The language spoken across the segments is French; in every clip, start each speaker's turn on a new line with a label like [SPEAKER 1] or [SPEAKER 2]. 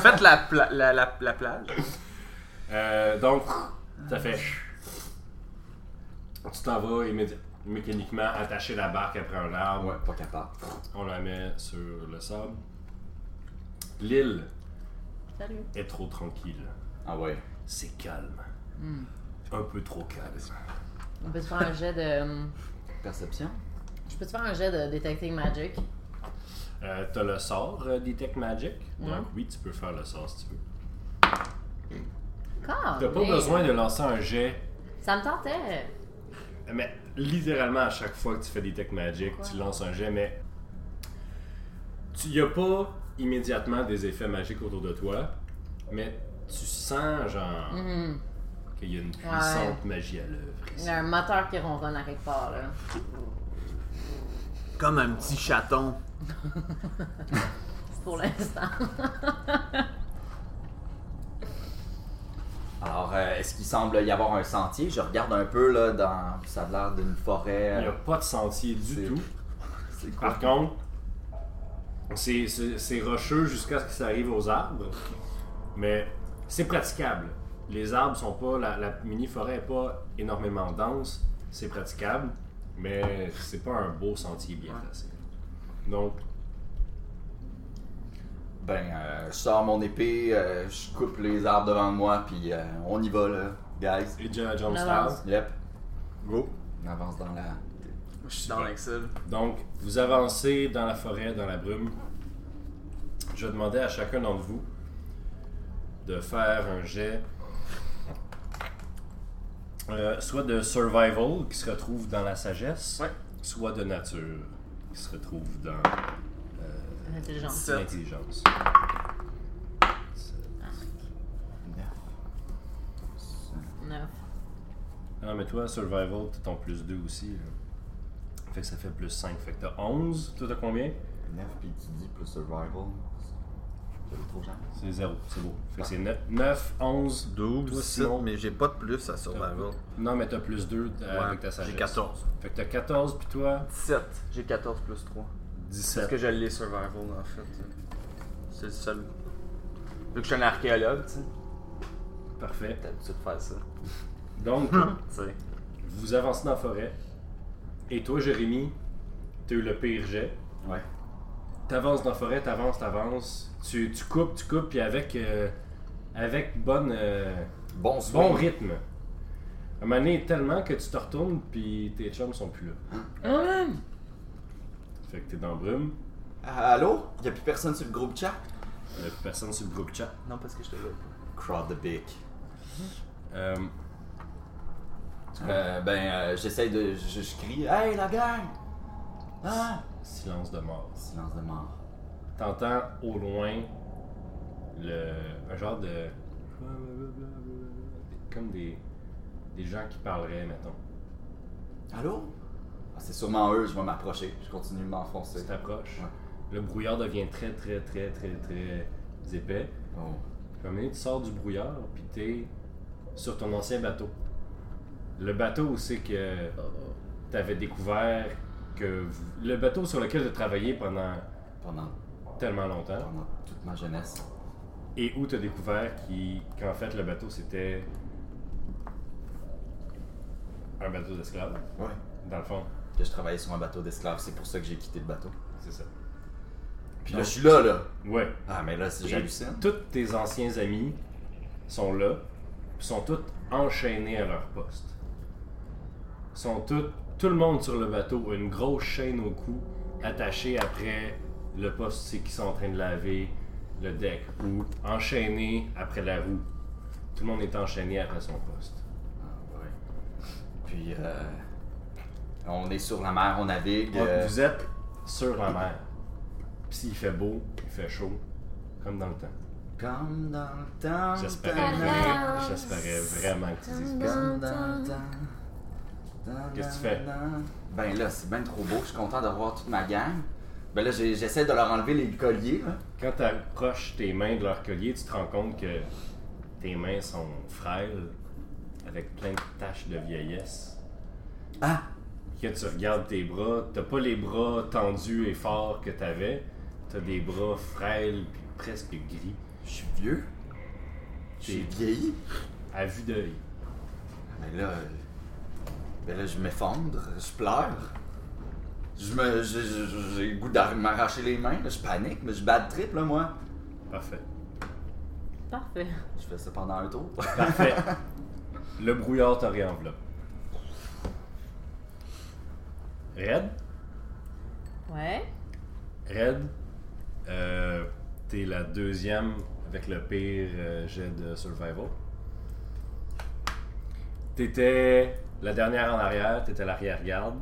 [SPEAKER 1] Faites la, pla- la, la- la plage.
[SPEAKER 2] Euh, donc, ça fait. Tu t'en vas immédiatement. Mécaniquement attacher la barque après un arbre,
[SPEAKER 3] Ah Ouais, pas capable.
[SPEAKER 2] on la met sur le sable. L'île
[SPEAKER 4] Salut.
[SPEAKER 2] est trop tranquille.
[SPEAKER 3] Ah ouais.
[SPEAKER 2] C'est calme. Un peu trop calme.
[SPEAKER 4] On peut se faire un jet de. euh,
[SPEAKER 3] Perception?
[SPEAKER 4] Je peux te faire un jet de Detecting Magic.
[SPEAKER 2] Euh, T'as le sort euh, Detect Magic.
[SPEAKER 4] Ouais.
[SPEAKER 2] Donc oui, tu peux faire le sort si tu veux.
[SPEAKER 4] Quand?
[SPEAKER 2] T'as pas
[SPEAKER 4] Mais
[SPEAKER 2] besoin de lancer un jet.
[SPEAKER 4] Ça me tentait.
[SPEAKER 2] Mais littéralement, à chaque fois que tu fais Detect Magic, tu lances un jet, mais... Tu y a pas immédiatement des effets magiques autour de toi, mais tu sens, genre,
[SPEAKER 4] Mhm.
[SPEAKER 2] qu'il y a une puissante magie à l'œuvre
[SPEAKER 4] Il
[SPEAKER 2] ici.
[SPEAKER 4] y a un moteur qui ronronne à quelque part, là.
[SPEAKER 1] Comme un petit chaton.
[SPEAKER 4] Pour l'instant.
[SPEAKER 3] Alors, euh, est-ce qu'il semble y avoir un sentier? Je regarde un peu là dans. Ça a l'air d'une
[SPEAKER 2] Il n'y
[SPEAKER 3] forêt.
[SPEAKER 2] a pas de sentier du
[SPEAKER 3] C'est-
[SPEAKER 2] tout.
[SPEAKER 3] C'est
[SPEAKER 2] Par contre, c'est- c'est c'est rocheux jusqu'à ce que ça arrive aux arbres, mais c'est praticable. Les arbres sont pas. La, la mini-forêt n'est pas énormément dense, c'est praticable, mais c'est pas un beau sentier bien placé. Donc,
[SPEAKER 3] Ben, euh, je sors mon épée, euh, je coupe les arbres devant moi, puis euh, on y va là, guys.
[SPEAKER 2] Indiana Jones
[SPEAKER 4] On
[SPEAKER 2] style,
[SPEAKER 4] avance.
[SPEAKER 3] Yep.
[SPEAKER 2] go.
[SPEAKER 3] On avance dans la.
[SPEAKER 1] Je suis dans l'exil.
[SPEAKER 2] Donc, vous avancez dans la forêt, dans la brume. Je vais demander à chacun d'entre vous de faire un jet, euh, soit de survival qui se retrouve dans la sagesse,
[SPEAKER 1] Ouais.
[SPEAKER 2] soit de nature qui se retrouve dans
[SPEAKER 4] Intelligence.
[SPEAKER 1] Sept.
[SPEAKER 2] l'intelligence.
[SPEAKER 4] Neuf.
[SPEAKER 2] Non, Ah, mais toi, survival, t'as ton plus 2 aussi. là. Fait que ça fait plus 5. Fait que t'as 11. Toi, t'as combien
[SPEAKER 3] 9 puis tu dis plus survival. J'avais trop jamais.
[SPEAKER 2] C'est 0. C'est beau. Fait que c'est 9, 11, 12.
[SPEAKER 5] Toi, sinon, mais j'ai pas de plus à survival.
[SPEAKER 2] Non, mais t'as plus 2
[SPEAKER 1] Euh,
[SPEAKER 2] avec ta sagesse.
[SPEAKER 5] J'ai 14.
[SPEAKER 2] Fait que t'as 14, puis toi,
[SPEAKER 1] 17. J'ai 14 plus 3. Parce
[SPEAKER 2] 17.
[SPEAKER 1] que je l'ai survival en fait. C'est le seul. Vu que je suis un archéologue, tu sais.
[SPEAKER 2] Parfait.
[SPEAKER 1] T'as l'habitude de faire ça.
[SPEAKER 2] Donc,
[SPEAKER 1] Tu sais.
[SPEAKER 2] vous avancez dans la forêt. Et toi, Jérémy, t'as eu le pire jet.
[SPEAKER 3] Ouais.
[SPEAKER 2] T'avances dans la forêt, t'avances, t'avances. Tu, tu coupes, tu coupes, puis avec, euh, avec bonne, euh,
[SPEAKER 3] Bon,
[SPEAKER 2] bon
[SPEAKER 3] swing.
[SPEAKER 2] rythme. À un moment donné, tellement que tu te retournes, puis tes chums sont plus là. Fait que t'es dans la brume.
[SPEAKER 3] Ah, Allô? Y'a plus personne sur le groupe chat?
[SPEAKER 2] Y'a plus personne sur le groupe chat.
[SPEAKER 1] Non, parce que je te vois pas.
[SPEAKER 3] Crowd the big.
[SPEAKER 2] Euh,
[SPEAKER 3] Euh, ben, euh, j'essaye de. Je, je crie Hey la gang! Ah!
[SPEAKER 2] silence de mort.
[SPEAKER 3] Silence de mort.
[SPEAKER 2] t'entends au loin le, un genre de. Comme des, des gens qui parleraient, mettons.
[SPEAKER 3] Allô? Ah, c'est sûrement eux, je vais m'approcher. Je continue de m'enfoncer.
[SPEAKER 2] Tu t'approches,
[SPEAKER 3] Ouais.
[SPEAKER 2] le brouillard devient très, très, très, très, très épais.
[SPEAKER 3] Oh.
[SPEAKER 2] Puis à un moment donné, tu sors du brouillard, puis t'es sur ton ancien bateau. Le bateau aussi que t'avais découvert que. vous- Le bateau sur lequel tu travaillé pendant
[SPEAKER 3] Pendant,
[SPEAKER 2] tellement longtemps.
[SPEAKER 3] pendant toute ma jeunesse.
[SPEAKER 2] Et où t'as découvert qui- qu'en fait le bateau c'était un bateau d'esclaves,
[SPEAKER 3] Ouais.
[SPEAKER 2] dans le fond.
[SPEAKER 3] Que je travaillais sur un bateau d'esclaves, c'est pour ça que j'ai quitté le bateau.
[SPEAKER 2] C'est ça.
[SPEAKER 3] Puis là, je suis là, là.
[SPEAKER 2] Ouais.
[SPEAKER 3] Ah, mais là, c'est j'hallucine.
[SPEAKER 2] Tous tes anciens amis sont là, puis sont tous enchaînés à leur poste. Sont tous, tout le monde sur le bateau, a une grosse chaîne au cou, attachée après le poste c'est qu'ils sont en train de laver, le deck, ou enchaînés après la roue. Tout le monde est enchaîné après son poste.
[SPEAKER 3] Ah, ouais. Puis, euh, on est sur la mer, on navigue.
[SPEAKER 2] Ouais,
[SPEAKER 3] euh,
[SPEAKER 2] Vous êtes sur la mer. Puis s'il fait beau, il fait chaud, comme dans le temps.
[SPEAKER 3] Comme dans le temps.
[SPEAKER 2] J'espérais
[SPEAKER 3] dans-
[SPEAKER 2] vraiment, j'espérais vraiment que tu dises ça.
[SPEAKER 3] Comme dans le temps. Dans-
[SPEAKER 2] Qu'est-ce que tu
[SPEAKER 3] dans-
[SPEAKER 2] fais?
[SPEAKER 3] dans- Ben là, c'est bien trop beau. Je suis content de revoir toute ma gang. Ben là, j'ai- j'essaie de leur enlever les colliers, là.
[SPEAKER 2] Quand tu approches tes mains de leur collier, tu te rends compte que tes mains sont frêles, avec plein de taches de vieillesse.
[SPEAKER 3] Ah!
[SPEAKER 2] Que tu regardes tes bras, t'as pas les bras tendus et forts que t'avais, t'as des bras frêles puis presque gris.
[SPEAKER 3] Je suis vieux. J'ai vieilli.
[SPEAKER 2] à vue d'œil.
[SPEAKER 3] Mais là, euh, ben là, je m'effondre, je pleure. Je me, je- je- je- j'ai le goût d'ar- m'arracher les mains, là, je panique, mais je bad trip, là, moi.
[SPEAKER 2] Parfait.
[SPEAKER 4] Parfait.
[SPEAKER 3] Je fais ça pendant un tour.
[SPEAKER 2] Parfait. Le brouillard te réenveloppe. Red,
[SPEAKER 4] Ouais.
[SPEAKER 2] Red, euh, t'es la deuxième avec le pire euh, jet de survival. T'étais la dernière en arrière, t'étais l'arrière-garde.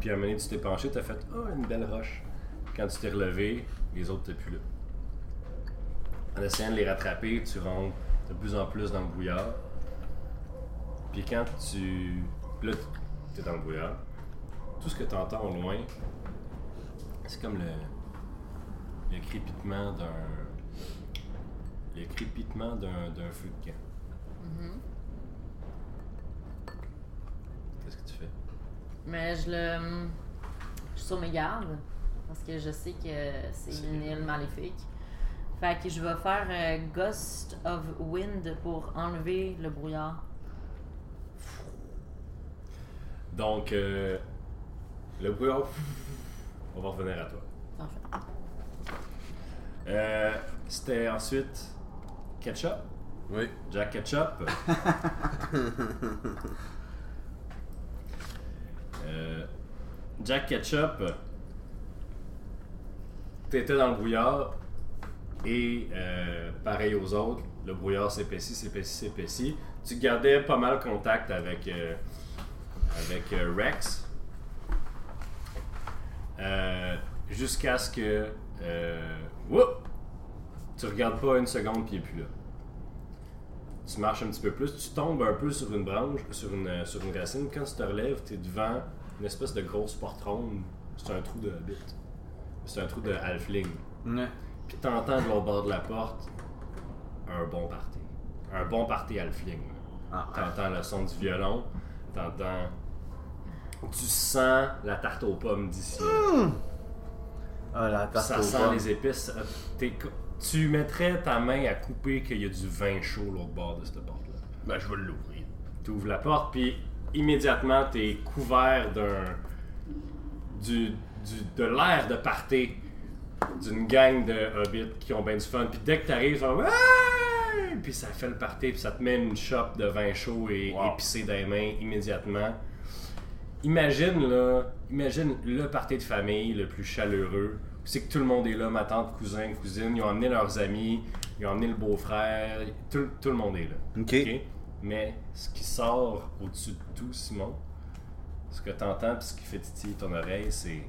[SPEAKER 2] Puis à un moment donné, tu t'es penché, t'as fait Ah, une belle roche. Quand tu t'es relevé, les autres t'es plus là. En essayant de les rattraper, tu rentres de plus en plus dans le brouillard. Puis quand tu. Là, t'es dans le brouillard. Tout ce que t'entends au loin, c'est comme le, le crépitement d'un. Le crépitement d'un d'un feu de camp. Qu'est-ce que tu fais?
[SPEAKER 4] Mais je le. Je suis sur mes gardes. Parce que je sais que c'est
[SPEAKER 2] C'est-
[SPEAKER 4] une île maléfique. Fait que je vais faire euh, Ghost of Wind pour enlever le brouillard.
[SPEAKER 2] Donc, euh, le brouillard. On va revenir à toi.
[SPEAKER 4] Parfait.
[SPEAKER 2] Euh, C'était ensuite Ketchup.
[SPEAKER 5] Oui.
[SPEAKER 2] Jack Ketchup. Euh, Jack Ketchup, t'étais dans le brouillard et euh, pareil aux autres, le brouillard s'épaissit, s'épaissit, s'épaissit. Tu gardais pas mal contact avec, euh, avec euh, Rex Euh, jusqu'à ce que. euh, whoop! tu regardes pas une seconde puis il est plus là tu marches un petit peu plus, tu tombes un peu sur une branche, sur une, euh, sur une racine. Quand tu te relèves, tu es devant une espèce de grosse porte ronde. C'est un trou de hobbit. C'est un trou de halfling.
[SPEAKER 1] Ouais.
[SPEAKER 2] Puis t'entends de l'autre bord de la porte un bon party. Un bon party halfling.
[SPEAKER 5] Ah,
[SPEAKER 2] T'entends le son du violon, t'entends. Tu sens la tarte aux pommes d'ici.
[SPEAKER 5] Ah, la tarte
[SPEAKER 2] ça
[SPEAKER 5] aux
[SPEAKER 2] sent
[SPEAKER 5] pommes.
[SPEAKER 2] les épices. Euh, t'es co- Tu mettrais ta main à couper qu'il y a du vin chaud l'autre bord de cette porte-là.
[SPEAKER 1] Ben, je vais l'ouvrir.
[SPEAKER 2] Tu ouvres la porte, puis immédiatement, tu es couvert d'un. Du, du- de l'air de party d'une gang de hobbits qui ont bien du fun. Puis dès que tu arrives, ils font Ouais! Puis ça fait le party, puis ça te met une chope de vin chaud et
[SPEAKER 1] Wow.
[SPEAKER 2] épicé dans les mains immédiatement. Imagine là, imagine le party de famille le plus chaleureux. C'est que tout le monde est là, ma tante, cousin, cousine, ils ont amené leurs amis, ils ont amené le beau-frère, tout, tout le monde est là.
[SPEAKER 5] Ok.
[SPEAKER 2] OK? Mais ce qui sort au-dessus de tout, Simon, ce que t'entends puis ce qui fait titiller ton oreille, c'est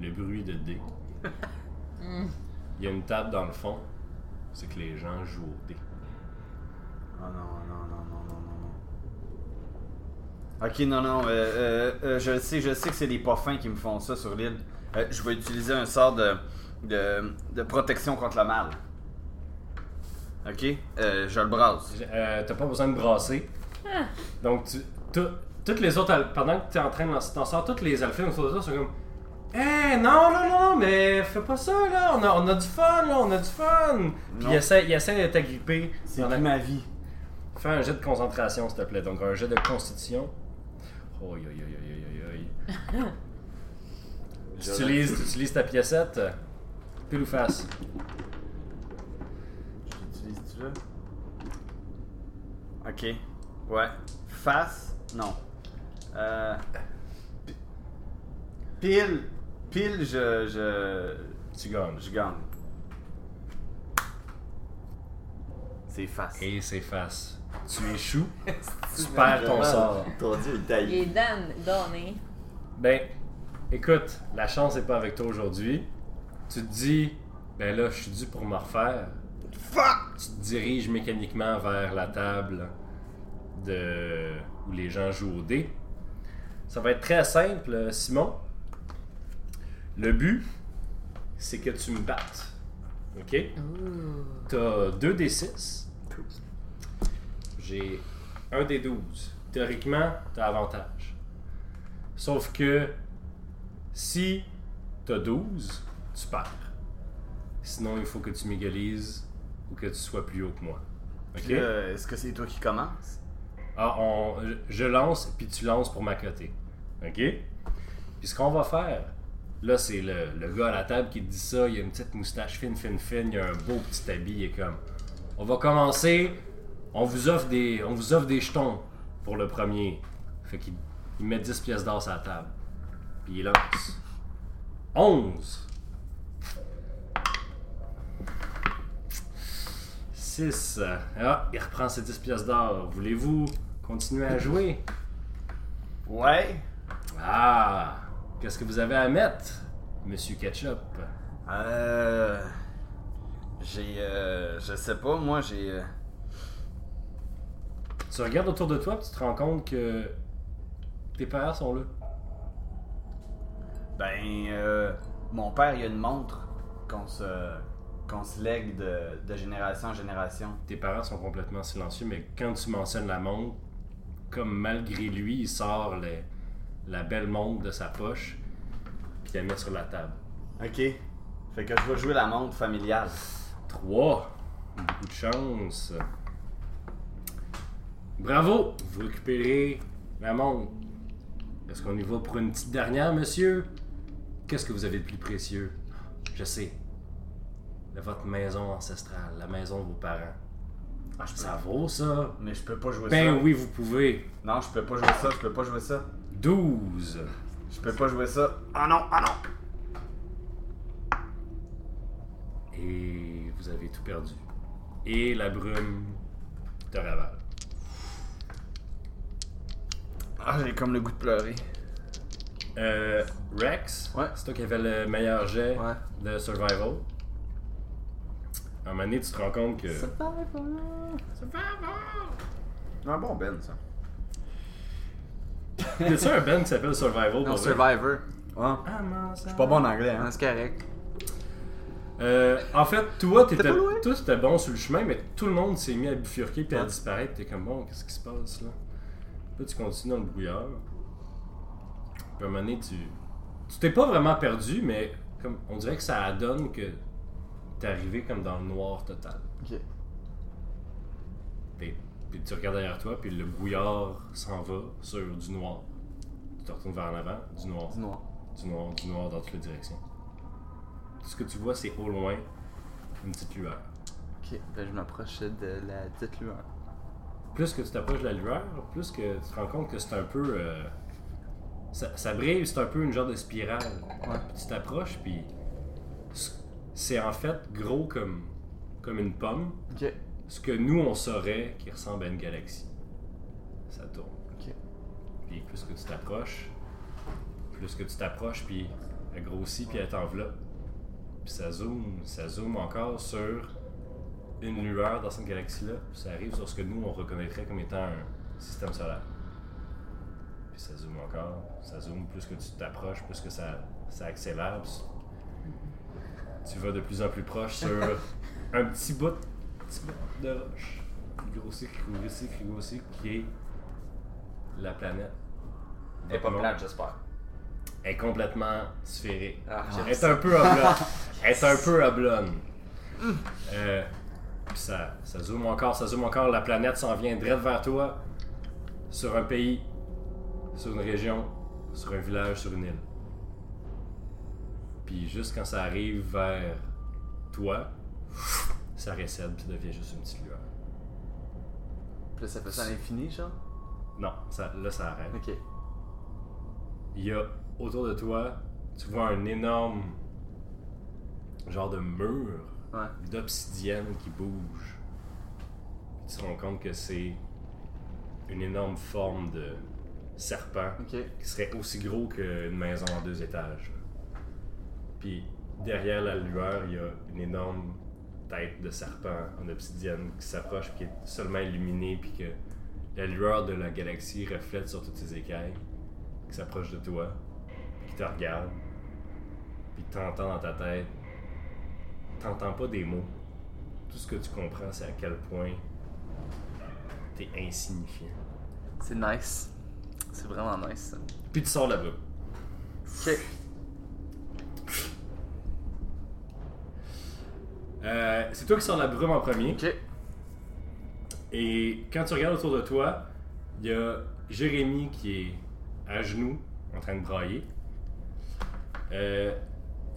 [SPEAKER 2] le bruit de dés. Il y a une table dans le fond, c'est que les gens jouent au dés.
[SPEAKER 5] Ah non, ah non, non, non, non, non, non. Ok, non, non, euh, euh, euh, je le sais, je sais que c'est les pas fins qui me font ça sur l'île. Euh, je vais utiliser un sort de, de, de protection contre le mal. Ok, euh, je le brase.
[SPEAKER 2] Euh, t'as pas besoin de brasser. Donc, tu, tout- toutes les autres, al- pendant que t'es en train de lancer ton sort, toutes les alphines autour de toi sont comme Eh non, non, non, non, mais fais pas ça là, on a, on a du fun là, on a du fun. Puis il essaie, il essaie de t'agripper. pendant-
[SPEAKER 5] ma vie.
[SPEAKER 2] Fais un jet de concentration s'il te plaît, donc un jet de constitution. Oh, yo, yo, yo, yo, yo, yo. tu, utilises, tu utilises ta piécette, pile ou face.
[SPEAKER 1] Je l'utilise-tu là?
[SPEAKER 5] Ok, ouais. Face, non. Euh, pi- pile, pile, je, je,
[SPEAKER 2] Tu gagnes.
[SPEAKER 5] je gagne. C'est face.
[SPEAKER 2] Et c'est face. Tu échoues, tu perds ton sort.
[SPEAKER 3] Ton dieu, il
[SPEAKER 4] Il
[SPEAKER 3] taille.
[SPEAKER 4] est dan- donné.
[SPEAKER 2] Ben, écoute, la chance n'est pas avec toi aujourd'hui. Tu te dis, ben là, je suis dû pour me refaire. Fuck! Tu te diriges mécaniquement vers la table de où les gens jouent au dé. Ça va être très simple, Simon. Le but, c'est que tu me battes. OK? T'as 2 des 6. J'ai un des 12. Théoriquement, t'as avantage. Sauf que si t'as 12, tu perds. Sinon, il faut que tu m'égalises ou que tu sois plus haut que moi. OK?
[SPEAKER 5] Puis là, Est-ce que c'est toi qui commences?
[SPEAKER 2] Ah, on- je- je lance, puis tu lances pour m'accoter. OK? Puis ce qu'on va faire, là, c'est le, le gars à la table qui te dit ça. Il a une petite moustache fine, fine, fine. Il a un beau petit habit. Il est comme. On va commencer. On vous offre des, on vous offre des jetons pour le premier. Fait qu'il il met 10 pièces d'or à la table. Puis il lance. 11. 6. Ah, il reprend ses 10 pièces d'or. Voulez-vous continuer à jouer?
[SPEAKER 5] Ouais.
[SPEAKER 2] Ah! Qu'est-ce que vous avez à mettre, Monsieur Ketchup?
[SPEAKER 5] Euh. J'ai. euh, je sais pas, moi, j'ai. euh,
[SPEAKER 2] Tu regardes autour de toi et tu te rends compte que tes parents sont là.
[SPEAKER 5] ben. euh, mon père, il a une montre qu'on se. qu'on se lègue de, de génération en génération.
[SPEAKER 2] Tes parents sont complètement silencieux, mais quand tu mentionnes la montre, comme malgré lui, il sort les- la belle montre de sa poche puis il la met sur la table.
[SPEAKER 5] Ok. Fait que je vais jouer la montre familiale.
[SPEAKER 2] 3. Beaucoup de chance. Bravo! Vous récupérez la montre. Est-ce qu'on y va pour une petite dernière, monsieur? Qu'est-ce que vous avez de plus précieux? Je sais. De votre maison ancestrale, la maison de vos parents.
[SPEAKER 5] Ah, je peux-
[SPEAKER 2] Ça vaut ça?
[SPEAKER 5] Mais je peux pas jouer ça.
[SPEAKER 2] Ben oui, vous pouvez.
[SPEAKER 5] Non, je peux pas jouer ça, je peux pas jouer ça.
[SPEAKER 2] 12.
[SPEAKER 5] Je peux pas jouer ça. Ah non, ah non!
[SPEAKER 2] Et vous avez tout perdu. Et la brume te ravale.
[SPEAKER 5] Ah, j'ai comme le goût de pleurer.
[SPEAKER 2] Euh, Rex,
[SPEAKER 5] Ouais.
[SPEAKER 2] c'est toi qui avais le meilleur jet
[SPEAKER 5] Ouais.
[SPEAKER 2] de survival. À un moment donné, tu te rends compte que.
[SPEAKER 3] Ah
[SPEAKER 5] Un bon Ben, ça.
[SPEAKER 2] Y a un band qui s'appelle Survival pour
[SPEAKER 5] Ah
[SPEAKER 6] Non,
[SPEAKER 2] vrai?
[SPEAKER 6] Survivor.
[SPEAKER 5] Ouais.
[SPEAKER 2] Ah, mince,
[SPEAKER 5] Je suis pas bon en anglais, hein.
[SPEAKER 6] Ah, c'est correct.
[SPEAKER 2] Euh, en fait, toi, t'étais,
[SPEAKER 6] pas loin.
[SPEAKER 2] toi, t'étais bon sur le chemin, mais tout le monde s'est mis à bifurquer puis à disparaître. T'es comme, bon, qu'est-ce qui se passe là? Là, tu continues dans le brouillard. Puis à un moment donné, tu. Tu t'es pas vraiment perdu, mais comme on dirait que ça donne que t'es arrivé comme dans le noir total.
[SPEAKER 6] Ok.
[SPEAKER 2] Puis, puis tu regardes derrière toi, puis le brouillard s'en va sur du noir. Tu te retournes vers l'avant, du noir
[SPEAKER 6] Du noir.
[SPEAKER 2] du noir, du noir dans toutes les directions. Tout ce que tu vois, c'est au loin une petite lueur.
[SPEAKER 6] Ok, ben je m'approche de la petite lueur.
[SPEAKER 2] Plus que tu t'approches de la lueur, plus que tu te rends compte que c'est un peu. euh, ça, ça brille, c'est un peu une genre de spirale. Puis tu t'approches, puis. c- C'est en fait gros comme, comme une pomme.
[SPEAKER 6] Ok.
[SPEAKER 2] Ce que nous, on saurait qui ressemble à une galaxie. Ça tourne.
[SPEAKER 6] Ok.
[SPEAKER 2] Puis plus que tu t'approches, plus que tu t'approches, puis elle grossit, puis elle t'enveloppe. Puis ça zoome, ça zoome encore sur une lueur dans cette galaxie-là. Puis ça arrive sur ce que nous, on reconnaîtrait comme étant un système solaire. Puis ça zoome encore, ça zoome, plus que tu t'approches, plus que ça, ça accélère. puis tu vas de plus en plus proche sur un petit bout, petit bout de roche. Qui grossit, qui grossit, qui grossit, qui est la planète.
[SPEAKER 3] Elle est pas
[SPEAKER 2] Non.
[SPEAKER 3] plate, j'espère.
[SPEAKER 2] Elle est complètement sphérique.
[SPEAKER 6] Ah,
[SPEAKER 2] Elle est un peu oblongue. Elle est un peu oblongue. Euh, puis ça, ça zoome encore, ça zoome encore. La planète s'en vient direct vers toi. Sur un pays, sur une région, sur un village, sur une île. Puis juste quand ça arrive vers toi, ça récède puis ça devient juste une petite lueur.
[SPEAKER 6] Puis là, ça fait ça à l'infini, genre.
[SPEAKER 2] Non, ça, là ça arrête.
[SPEAKER 6] Ok.
[SPEAKER 2] Il y a autour de toi, tu vois un énorme genre de mur
[SPEAKER 6] Ouais.
[SPEAKER 2] d'obsidienne qui bouge. Tu te rends compte que c'est une énorme forme de serpent
[SPEAKER 6] Ok.
[SPEAKER 2] qui serait aussi gros qu'une maison en deux étages. Puis derrière la lueur, il y a une énorme tête de serpent en obsidienne qui s'approche, puis qui est seulement illuminée, puis que la lueur de la galaxie reflète sur toutes ses écailles, qui s'approche de toi, puis qui te regarde, puis t'entends dans ta tête. T'entends pas des mots. Tout ce que tu comprends, c'est à quel point t'es insignifiant.
[SPEAKER 6] C'est nice. C'est vraiment nice, ça.
[SPEAKER 2] Puis tu sors de la brume.
[SPEAKER 6] Ok.
[SPEAKER 2] Euh, c'est toi qui sors la brume en premier.
[SPEAKER 6] Ok.
[SPEAKER 2] Et quand tu regardes autour de toi, il y a Jérémy qui est à genoux, en train de brailler. Euh,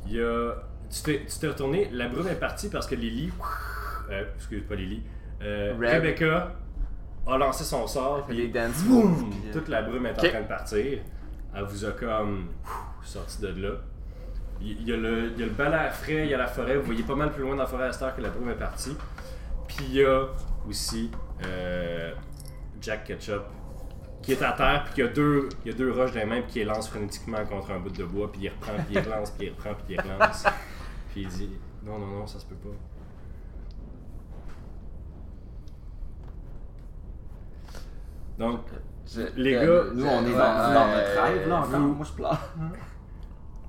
[SPEAKER 2] Il y a. Tu t'es, tu t'es retourné, la brume est partie parce que Lily. Euh, excuse pas Lily. Euh,
[SPEAKER 6] Reb.
[SPEAKER 2] Rebecca a lancé son sort,
[SPEAKER 6] Puis
[SPEAKER 2] puis
[SPEAKER 6] les dance
[SPEAKER 2] boum,
[SPEAKER 6] moves, puis, euh,
[SPEAKER 2] toute la brume est
[SPEAKER 6] Ok.
[SPEAKER 2] en train de partir. Elle vous a comme ouf, sorti de là. Il il y, a le, il y a le bel air frais, il y a la forêt. Vous voyez pas mal plus loin dans la forêt à cette heure que la brume est partie. Puis il y a aussi euh, Jack Ketchup qui est à terre, puis qui a deux, il y a deux roches dans les mains, puis qui les lance frénétiquement contre un bout de bois, puis il reprend, puis il relance, puis il reprend, puis il relance. puis il dit Non, non, non, ça se peut pas. Donc,
[SPEAKER 6] Je-
[SPEAKER 2] Les
[SPEAKER 6] euh,
[SPEAKER 2] gars,
[SPEAKER 3] Nous, on est dans,
[SPEAKER 6] ouais,
[SPEAKER 3] dans
[SPEAKER 6] ouais,
[SPEAKER 3] notre rêve, là, encore.
[SPEAKER 2] vous-
[SPEAKER 3] Moi, je pleure.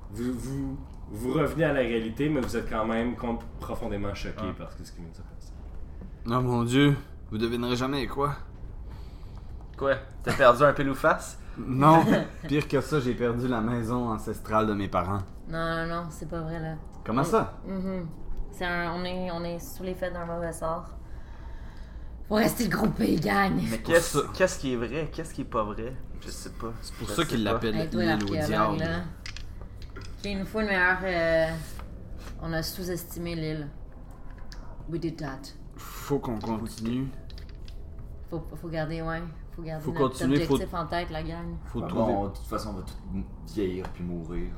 [SPEAKER 2] vous, vous, vous revenez à la réalité, mais vous êtes quand même com- profondément choqué par ce qui vient de se passer.
[SPEAKER 5] Oh mon dieu, vous devinerez jamais quoi.
[SPEAKER 6] Quoi T'as perdu un pile ou face
[SPEAKER 5] Non, pire que ça, j'ai perdu la maison ancestrale de mes parents.
[SPEAKER 4] Non, non, non, c'est pas vrai, là.
[SPEAKER 6] Oh,
[SPEAKER 5] Comment ça?
[SPEAKER 4] Mhm. C'est un- on, est, on est sous les faits d'un mauvais sort. Faut rester groupé, gang.
[SPEAKER 6] Mais
[SPEAKER 5] pour
[SPEAKER 6] qu'est-ce
[SPEAKER 5] ça.
[SPEAKER 6] qu'est-ce qui est vrai Qu'est-ce qui est pas vrai Je sais pas.
[SPEAKER 5] C'est pour
[SPEAKER 6] Je
[SPEAKER 5] ça
[SPEAKER 6] sais
[SPEAKER 5] qu'ils
[SPEAKER 6] pas.
[SPEAKER 5] l'appellent
[SPEAKER 4] Hey, toi,
[SPEAKER 5] l'île au
[SPEAKER 4] l'archéologue,
[SPEAKER 5] diable.
[SPEAKER 4] là. Ok, il nous faut une meilleure. euh, On a sous-estimé l'île. We did that.
[SPEAKER 5] Faut qu'on continue.
[SPEAKER 4] Faut, faut garder, ouais. Faut garder
[SPEAKER 5] Faut
[SPEAKER 4] notre
[SPEAKER 5] continuer, faut-
[SPEAKER 4] objectif en tête, la gang.
[SPEAKER 5] Faut
[SPEAKER 3] Ben
[SPEAKER 5] trouver.
[SPEAKER 3] bon, de toute façon, on va tous vieillir puis mourir.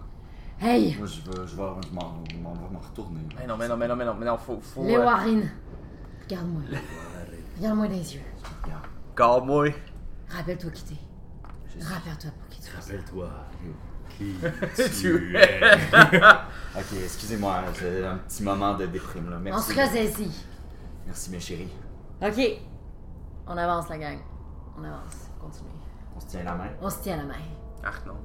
[SPEAKER 4] Hey!
[SPEAKER 3] Moi, je vais, je vais, je m'en, je m'en- je vais m'en retourner.
[SPEAKER 6] Mais non, mais non, mais non, mais non, mais non, faut. faut
[SPEAKER 4] Les
[SPEAKER 6] euh,
[SPEAKER 4] Warren! Regarde-moi. Regarde-moi dans les yeux.
[SPEAKER 3] Regarde,
[SPEAKER 6] Garde-moi.
[SPEAKER 4] Rappelle-toi qui t'es.
[SPEAKER 3] je suis-
[SPEAKER 4] Rappelle-toi pour qui tu es.
[SPEAKER 2] Rappelle-toi qui
[SPEAKER 6] Tu
[SPEAKER 2] tu es.
[SPEAKER 3] Ok, excusez-moi, j'ai un petit moment de déprime, là.
[SPEAKER 4] On se
[SPEAKER 3] Merci.
[SPEAKER 4] ressaisit.
[SPEAKER 3] Merci, mes chéris.
[SPEAKER 4] Ok. On avance, la gang. On avance. Continue.
[SPEAKER 3] On se tient la main.
[SPEAKER 4] On se tient la main.
[SPEAKER 6] Ah non.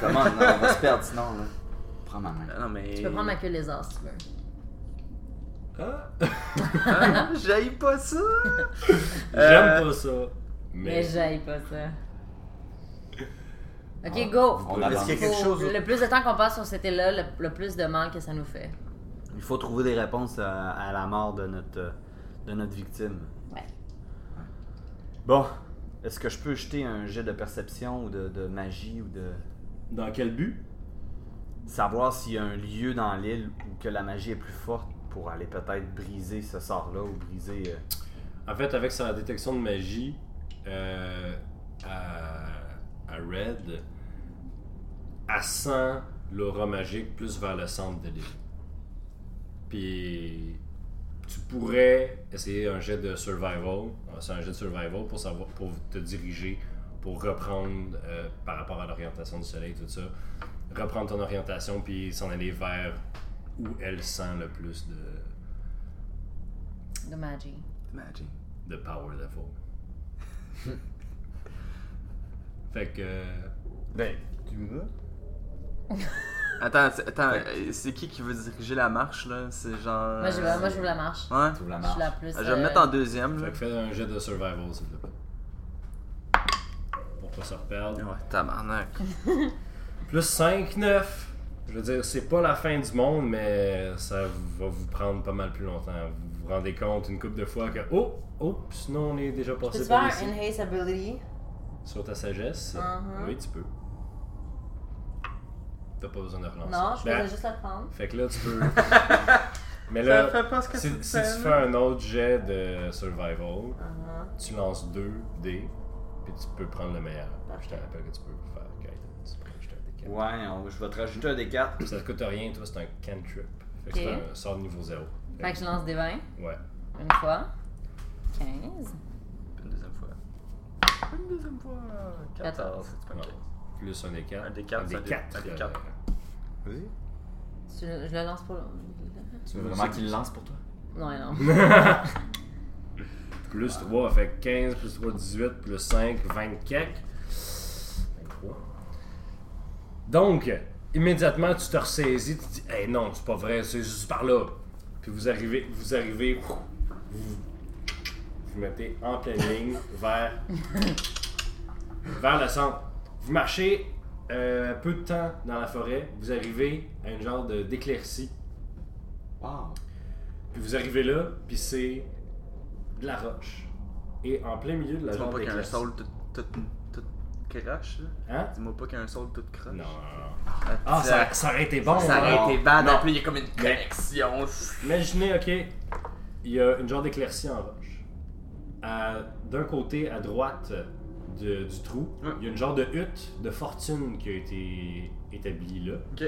[SPEAKER 3] Comment? Non, on va se perdre sinon, là. Prends ma main.
[SPEAKER 6] Ah, Non, mais.
[SPEAKER 4] Tu peux prendre ma queue de lézard si tu veux.
[SPEAKER 6] Hein? J'aille pas ça.
[SPEAKER 2] J'aime pas ça.
[SPEAKER 4] Mais
[SPEAKER 2] Mais
[SPEAKER 4] j'aille pas ça. Ok, go!
[SPEAKER 3] On avance.
[SPEAKER 6] qu'il y a quelque
[SPEAKER 4] Faut-
[SPEAKER 6] chose-
[SPEAKER 4] Le plus de temps qu'on passe sur cet île-là, le, le plus de mal que ça nous fait.
[SPEAKER 5] Il faut trouver des réponses à, à la mort de notre, euh, de notre victime.
[SPEAKER 4] Ouais.
[SPEAKER 5] Bon, est-ce que je peux jeter un jet de perception ou de, de magie ou de
[SPEAKER 2] dans quel but
[SPEAKER 5] savoir s'il y a un lieu dans l'île où que la magie est plus forte pour aller peut-être briser ce sort-là ou briser. euh,
[SPEAKER 2] En fait, avec sa détection de magie euh, à, à Red, elle sent l'aura magique plus vers le centre de l'île. Puis tu pourrais essayer un jet de survival, euh, c'est un jet de survival pour savoir, pour te diriger, pour reprendre euh, par rapport à l'orientation du soleil, tout ça, reprendre ton orientation puis s'en aller vers où elle sent le plus de,
[SPEAKER 4] De magie.
[SPEAKER 6] Magic.
[SPEAKER 2] de power level. fait que. euh,
[SPEAKER 5] Ben,
[SPEAKER 6] Attends, c'est- attends, euh, c'est qui qui veut diriger la marche là C'est genre. euh,
[SPEAKER 4] Moi, je, vais- moi, je vous la marche.
[SPEAKER 6] Ouais. Ah,
[SPEAKER 3] T'ouvres la
[SPEAKER 4] Je suis la
[SPEAKER 3] marche.
[SPEAKER 4] plus.
[SPEAKER 6] Je vais me
[SPEAKER 4] euh,
[SPEAKER 6] mettre en deuxième.
[SPEAKER 2] Fait
[SPEAKER 6] Là.
[SPEAKER 2] que fais un jet de survival, s'il te plaît. Pour pas se reperdre.
[SPEAKER 6] Ouais, tabarnak.
[SPEAKER 2] Plus 5, 9. Je veux dire, c'est pas la fin du monde, mais ça va vous prendre pas mal plus longtemps. Vous vous rendez compte une couple de fois que. Oh! Oh! Sinon, on est déjà
[SPEAKER 4] Peux-tu
[SPEAKER 2] passé
[SPEAKER 4] faire
[SPEAKER 2] par
[SPEAKER 4] un
[SPEAKER 2] ici.
[SPEAKER 4] Enhance Ability?
[SPEAKER 2] Sur ta sagesse,
[SPEAKER 4] Mhm.
[SPEAKER 2] oui, tu peux. T'as pas besoin de relancer.
[SPEAKER 4] Non, je
[SPEAKER 2] Ben,
[SPEAKER 4] voulais juste la prendre.
[SPEAKER 2] Fait que là, tu peux. Mais là,
[SPEAKER 6] fait pas ce que
[SPEAKER 2] si,
[SPEAKER 6] tu
[SPEAKER 2] si
[SPEAKER 6] fais,
[SPEAKER 2] tu fais
[SPEAKER 6] là.
[SPEAKER 2] un autre jet de survival,
[SPEAKER 4] Uh-huh.
[SPEAKER 2] tu lances deux dés, puis tu peux prendre le meilleur. Je te rappelle que tu peux faire guidance. pour ajouter un D4.
[SPEAKER 5] ouais, on- je vais te rajouter un des quatre.
[SPEAKER 2] Ça te coûte rien, toi, c'est un cantrip. Fait que
[SPEAKER 4] Ok.
[SPEAKER 2] c'est un sort de niveau 0.
[SPEAKER 4] Fait que je lance des 20.
[SPEAKER 2] Ouais.
[SPEAKER 4] Une fois. 15.
[SPEAKER 6] Une deuxième fois. Une deuxième fois. 14.
[SPEAKER 4] Quatorze.
[SPEAKER 6] C'est pas
[SPEAKER 2] Ouais. Plus un des 4.
[SPEAKER 6] Un des quatre, c'est
[SPEAKER 2] des euh,
[SPEAKER 6] un des-
[SPEAKER 2] 4.
[SPEAKER 6] un des quatre.
[SPEAKER 4] Tu- je le lance pour.
[SPEAKER 3] Tu veux vraiment qu'il le lance pour toi?
[SPEAKER 4] Non, non.
[SPEAKER 2] Plus 3, fait que 15, plus 3, 18, plus 5, 24. 23. Donc, immédiatement, tu te ressaisis, tu dis, hey non, c'est pas vrai, c'est juste par là. Puis vous arrivez, vous arrivez, vous, vous mettez en pleine ligne vers, vers le centre. Vous marchez euh, peu de temps dans la forêt, vous arrivez à une genre de- d'éclaircie.
[SPEAKER 3] Wow!
[SPEAKER 2] Puis vous arrivez là, puis c'est de la roche. Et en plein milieu de la
[SPEAKER 6] Dis-moi
[SPEAKER 2] genre
[SPEAKER 6] pas qu'un
[SPEAKER 2] d'éclaircie-
[SPEAKER 6] sol tout, tout, tout crache, là.
[SPEAKER 2] Hein?
[SPEAKER 6] Dis-moi pas qu'un sol tout crache.
[SPEAKER 2] Non.
[SPEAKER 6] Ah,
[SPEAKER 2] Ah,
[SPEAKER 6] ça,
[SPEAKER 2] ça, ça aurait été bon.
[SPEAKER 6] ça
[SPEAKER 2] hein?
[SPEAKER 6] aurait été bad.
[SPEAKER 2] Non.
[SPEAKER 6] En plus, il y a comme une connexion.
[SPEAKER 2] Imaginez, ok, il y a une genre d'éclaircie en roche. À- D'un côté, à droite de- du trou,
[SPEAKER 6] Ouais.
[SPEAKER 2] il y a une genre de hutte de fortune qui a été établie là.
[SPEAKER 6] Ok.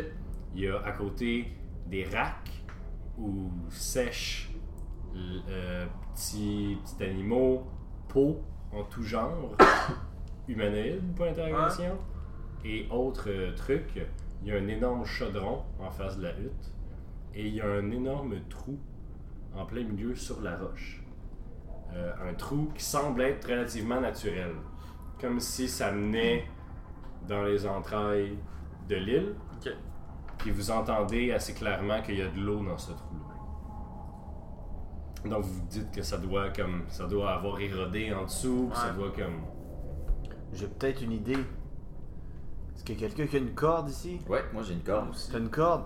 [SPEAKER 2] Il y a à côté des racks où sèchent l- euh, petits, petits animaux, peaux en tout genre, humanoïdes, point d'interrogation, et autres euh, trucs. Il y a un énorme chaudron en face de la hutte et il y a un énorme trou en plein milieu sur la roche. Euh, un trou qui semble être relativement naturel, comme si ça menait dans les entrailles de l'île.
[SPEAKER 6] Ok.
[SPEAKER 2] Puis vous entendez assez clairement qu'il y a de l'eau dans ce trou-là. Donc vous vous dites que ça doit comme ça doit avoir érodé en dessous, puis ça
[SPEAKER 6] Ouais.
[SPEAKER 2] doit comme
[SPEAKER 5] J'ai peut-être une idée. Est-ce qu'il y a quelqu'un qui a une corde ici?
[SPEAKER 3] Ouais, moi j'ai une corde.
[SPEAKER 5] T'as une corde?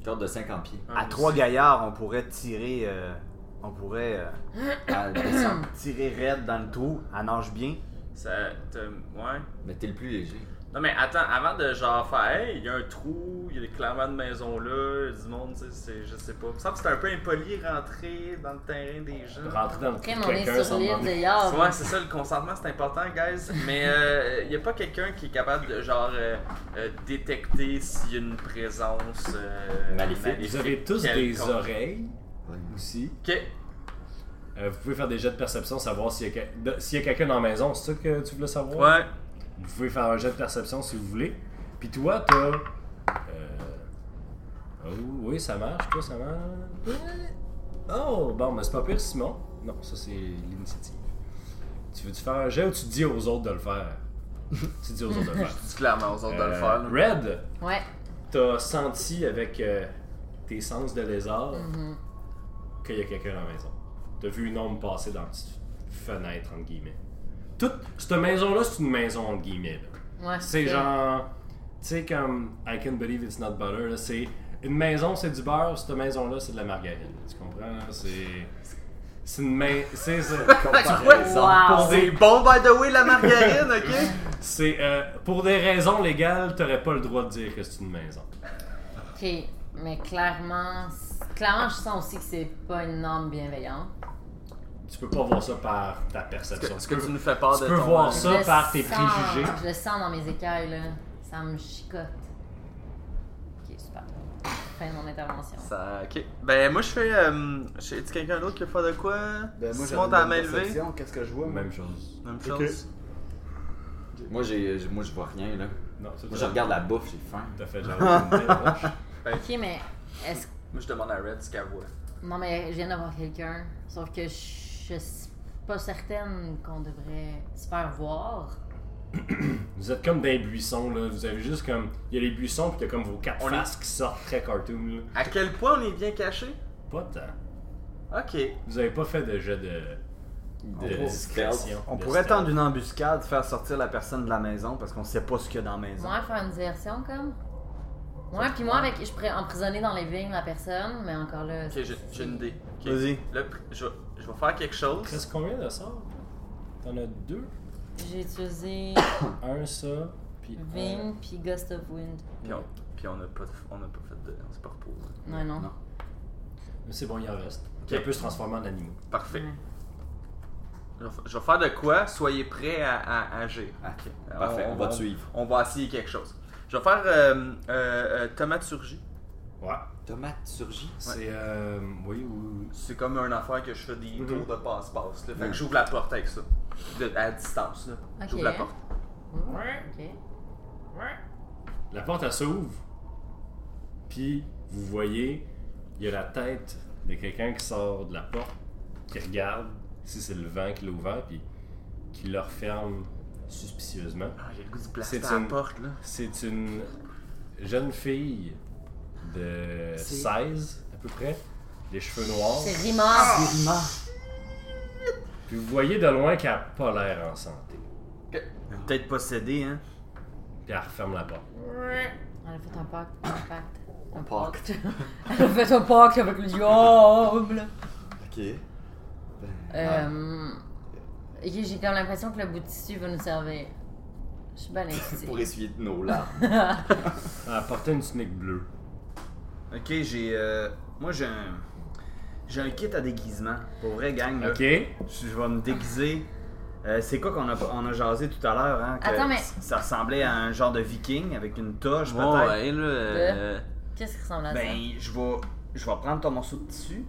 [SPEAKER 3] Une corde de 50 pieds.
[SPEAKER 6] Ah,
[SPEAKER 5] À trois gaillards, on pourrait tirer. euh, on pourrait euh,
[SPEAKER 3] Ah, Elle descend.
[SPEAKER 5] tirer raide dans le trou, à nage bien.
[SPEAKER 6] Ça. t'as- Ouais.
[SPEAKER 3] Mais t'es le plus léger.
[SPEAKER 6] Non, mais attends, avant de genre faire, hey, il y a un trou, il y a clairement de maison là, il y a du monde, tu sais, c'est- je sais pas. Il me semble que c'est un peu impoli rentrer dans le terrain des gens.
[SPEAKER 2] rentrer dans le
[SPEAKER 4] Crème,
[SPEAKER 2] trou de
[SPEAKER 4] Mm. on est
[SPEAKER 2] quelqu'un
[SPEAKER 4] sur
[SPEAKER 2] sans
[SPEAKER 4] l'île
[SPEAKER 2] demander.
[SPEAKER 4] d'ailleurs.
[SPEAKER 6] Ouais, c'est ça, le consentement c'est important, guys. Mais il n'y a pas quelqu'un qui est capable de genre euh, euh, détecter s'il y a une présence euh,
[SPEAKER 3] Maléfique.
[SPEAKER 2] Vous avez tous des
[SPEAKER 6] quelconque.
[SPEAKER 2] oreilles aussi.
[SPEAKER 6] Ok.
[SPEAKER 2] Euh, vous pouvez faire des jets de perception, savoir s'il y a, quel- de- s'il y a quelqu'un dans la maison, c'est ça que tu voulais savoir?
[SPEAKER 6] Ouais.
[SPEAKER 2] Vous pouvez faire un jet de perception si vous voulez. Puis toi, t'as. euh, oh, oui, ça marche, toi, ça marche. Ouais. Oh, bon, mais c'est pas pire, Simon. Non, ça, c'est l'initiative. Tu veux-tu faire un jet ou tu dis aux autres de le faire Tu dis aux autres de le faire.
[SPEAKER 6] Je dis clairement aux autres de le
[SPEAKER 2] Euh,
[SPEAKER 6] faire. là.
[SPEAKER 2] Red,
[SPEAKER 4] Ouais.
[SPEAKER 2] t'as senti avec euh, tes sens de lézard
[SPEAKER 6] Mm-hmm.
[SPEAKER 4] Mhm.
[SPEAKER 2] qu'il y a quelqu'un dans la maison. T'as vu une ombre passer dans la petite fenêtre, entre guillemets. Toute cette maison-là, c'est une maison, entre guillemets. là.
[SPEAKER 4] Ouais,
[SPEAKER 2] C'est
[SPEAKER 4] ça.
[SPEAKER 2] genre, tu sais, comme I can believe it's not butter. là, C'est une maison, c'est du beurre. Cette maison-là, c'est de la margarine. Tu comprends? là? C'est. C'est une main. C'est ça.
[SPEAKER 4] Wow.
[SPEAKER 2] Pour des,
[SPEAKER 6] Ah, Bon, by the way, la margarine, ok?
[SPEAKER 2] c'est, euh, pour des raisons légales, t'aurais pas le droit de dire que c'est une maison.
[SPEAKER 4] Ok, mais clairement, c'est- clairement, je sens aussi que c'est pas une âme bienveillante.
[SPEAKER 2] Tu peux pas voir ça par ta perception.
[SPEAKER 6] Est-ce
[SPEAKER 2] Tu
[SPEAKER 6] que
[SPEAKER 2] peux-
[SPEAKER 6] tu nous fais part
[SPEAKER 2] tu
[SPEAKER 6] de
[SPEAKER 2] peux
[SPEAKER 6] ton- euh,
[SPEAKER 2] voir
[SPEAKER 4] Je
[SPEAKER 2] ça
[SPEAKER 4] le
[SPEAKER 2] par tes
[SPEAKER 4] sens-
[SPEAKER 2] préjugés.
[SPEAKER 4] Je le sens dans mes écailles, là. Ça me chicote. Ok, super. Fin de mon intervention.
[SPEAKER 6] Ça, ok. Ben, moi, je fais. Euh, je- y a-t-il quelqu'un d'autre qui veut faire de quoi?
[SPEAKER 7] Ben, moi, j'ai
[SPEAKER 6] Simon, t'as la main levée?
[SPEAKER 7] Qu'est-ce que je vois? moi?
[SPEAKER 2] Même chose.
[SPEAKER 6] Même
[SPEAKER 7] Ok.
[SPEAKER 6] chose.
[SPEAKER 3] Moi, j'ai, j'ai- moi, je vois rien, là.
[SPEAKER 2] Non,
[SPEAKER 3] Moi, je regarde la bouffe, j'ai faim.
[SPEAKER 2] T'as fait genre une belle roche.
[SPEAKER 4] Ok, mais est-ce
[SPEAKER 6] Moi, je demande à Red ce qu'elle voit.
[SPEAKER 4] Non, mais je viens d'avoir quelqu'un. Sauf que je suis pas certaine qu'on devrait se faire voir.
[SPEAKER 2] Vous êtes comme dans les buissons, là. Vous avez juste comme. Il y a les buissons, puis t'as comme vos quatre
[SPEAKER 6] On est-
[SPEAKER 2] faces qui sortent très cartoon, là.
[SPEAKER 6] À quel point on est bien caché?
[SPEAKER 2] Pas tant.
[SPEAKER 6] Ok.
[SPEAKER 2] Vous avez pas fait de jet de, de
[SPEAKER 3] pourrait-
[SPEAKER 2] discrétion.
[SPEAKER 5] On
[SPEAKER 2] de
[SPEAKER 5] pourrait
[SPEAKER 2] stealth.
[SPEAKER 5] tendre une embuscade, faire sortir la personne de la maison parce qu'on sait pas ce qu'il y a dans la maison.
[SPEAKER 4] Moi, faire une diversion, comme. Ouais, puis moi, avec, je pourrais emprisonner dans les vignes la personne, mais encore là.
[SPEAKER 6] Ok, j'ai j'ai une idée. Ok.
[SPEAKER 5] Vas-y.
[SPEAKER 6] Là, pr- je, vais- je vais faire quelque chose.
[SPEAKER 2] Il reste combien de sorts T'en as deux
[SPEAKER 4] J'ai utilisé
[SPEAKER 2] Un, ça, puis un.
[SPEAKER 4] Vigne puis Ghost of Wind.
[SPEAKER 6] Puis on, puis on a pas, de- on a pas fait de. On s'est pas reposé.
[SPEAKER 4] Non, non.
[SPEAKER 3] Non.
[SPEAKER 2] Mais c'est bon, il en reste. Puis elle peut se transformer en animaux.
[SPEAKER 6] Parfait.
[SPEAKER 4] Ouais.
[SPEAKER 6] Je vais fa- Je vais faire de quoi? Soyez prêts à, à agir. Euh,
[SPEAKER 3] Ok. Parfait, on, va te suivre.
[SPEAKER 6] On va essayer quelque chose. Je vais faire euh, euh, euh, tomaturgie.
[SPEAKER 2] Ouais.
[SPEAKER 3] Tomate surgit.
[SPEAKER 2] C'est. Euh, oui, oui, oui.
[SPEAKER 6] C'est comme une affaire que je fais des
[SPEAKER 2] Mhm.
[SPEAKER 6] tours de passe-passe. là. Fait
[SPEAKER 3] Mhm.
[SPEAKER 6] que j'ouvre la porte avec ça. De- à distance. là.
[SPEAKER 4] Ok.
[SPEAKER 6] J'ouvre la porte.
[SPEAKER 4] Ouh, Ok.
[SPEAKER 2] La porte, elle s'ouvre. Puis vous voyez, il y a la tête de quelqu'un qui sort de la porte, qui regarde si c'est le vent qui l'a ouvert, puis qui le referme suspicieusement.
[SPEAKER 6] Ah, J'ai le goût du
[SPEAKER 2] C'est
[SPEAKER 6] plaster à la
[SPEAKER 2] une-
[SPEAKER 6] porte là.
[SPEAKER 2] C'est une jeune fille de 16 à peu près, les cheveux noirs.
[SPEAKER 4] C'est Rimard.
[SPEAKER 2] Puis vous voyez de loin qu'elle n'a pas l'air en santé.
[SPEAKER 5] Peut-être possédé, hein.
[SPEAKER 2] Puis elle referme la porte.
[SPEAKER 4] Elle a fait un pacte. Un pacte. Un
[SPEAKER 3] pacte.
[SPEAKER 4] Elle a fait un pacte avec le diable.
[SPEAKER 3] Ok.
[SPEAKER 4] Euh, J'ai j'ai comme l'impression que le bout de tissu va nous servir. Je suis bien excitée.
[SPEAKER 3] Pour essuyer de nos larmes.
[SPEAKER 2] Elle portait une snake bleue.
[SPEAKER 5] Ok, j'ai. euh, moi, j'ai un. J'ai un kit à déguisement. Pour vrai, gang. là.
[SPEAKER 2] Ok.
[SPEAKER 5] Je je vais me déguiser. Euh, c'est quoi qu'on a, on a jasé tout à l'heure? Hein, que
[SPEAKER 4] Attends, mais-
[SPEAKER 5] Ça ressemblait à un genre de viking avec une toche,
[SPEAKER 1] Ouais,
[SPEAKER 5] peut-être.
[SPEAKER 1] ouais, là. euh,
[SPEAKER 4] Qu'est-ce qui ressemble à ça?
[SPEAKER 5] Ben, je vais, je vais prendre ton morceau de tissu.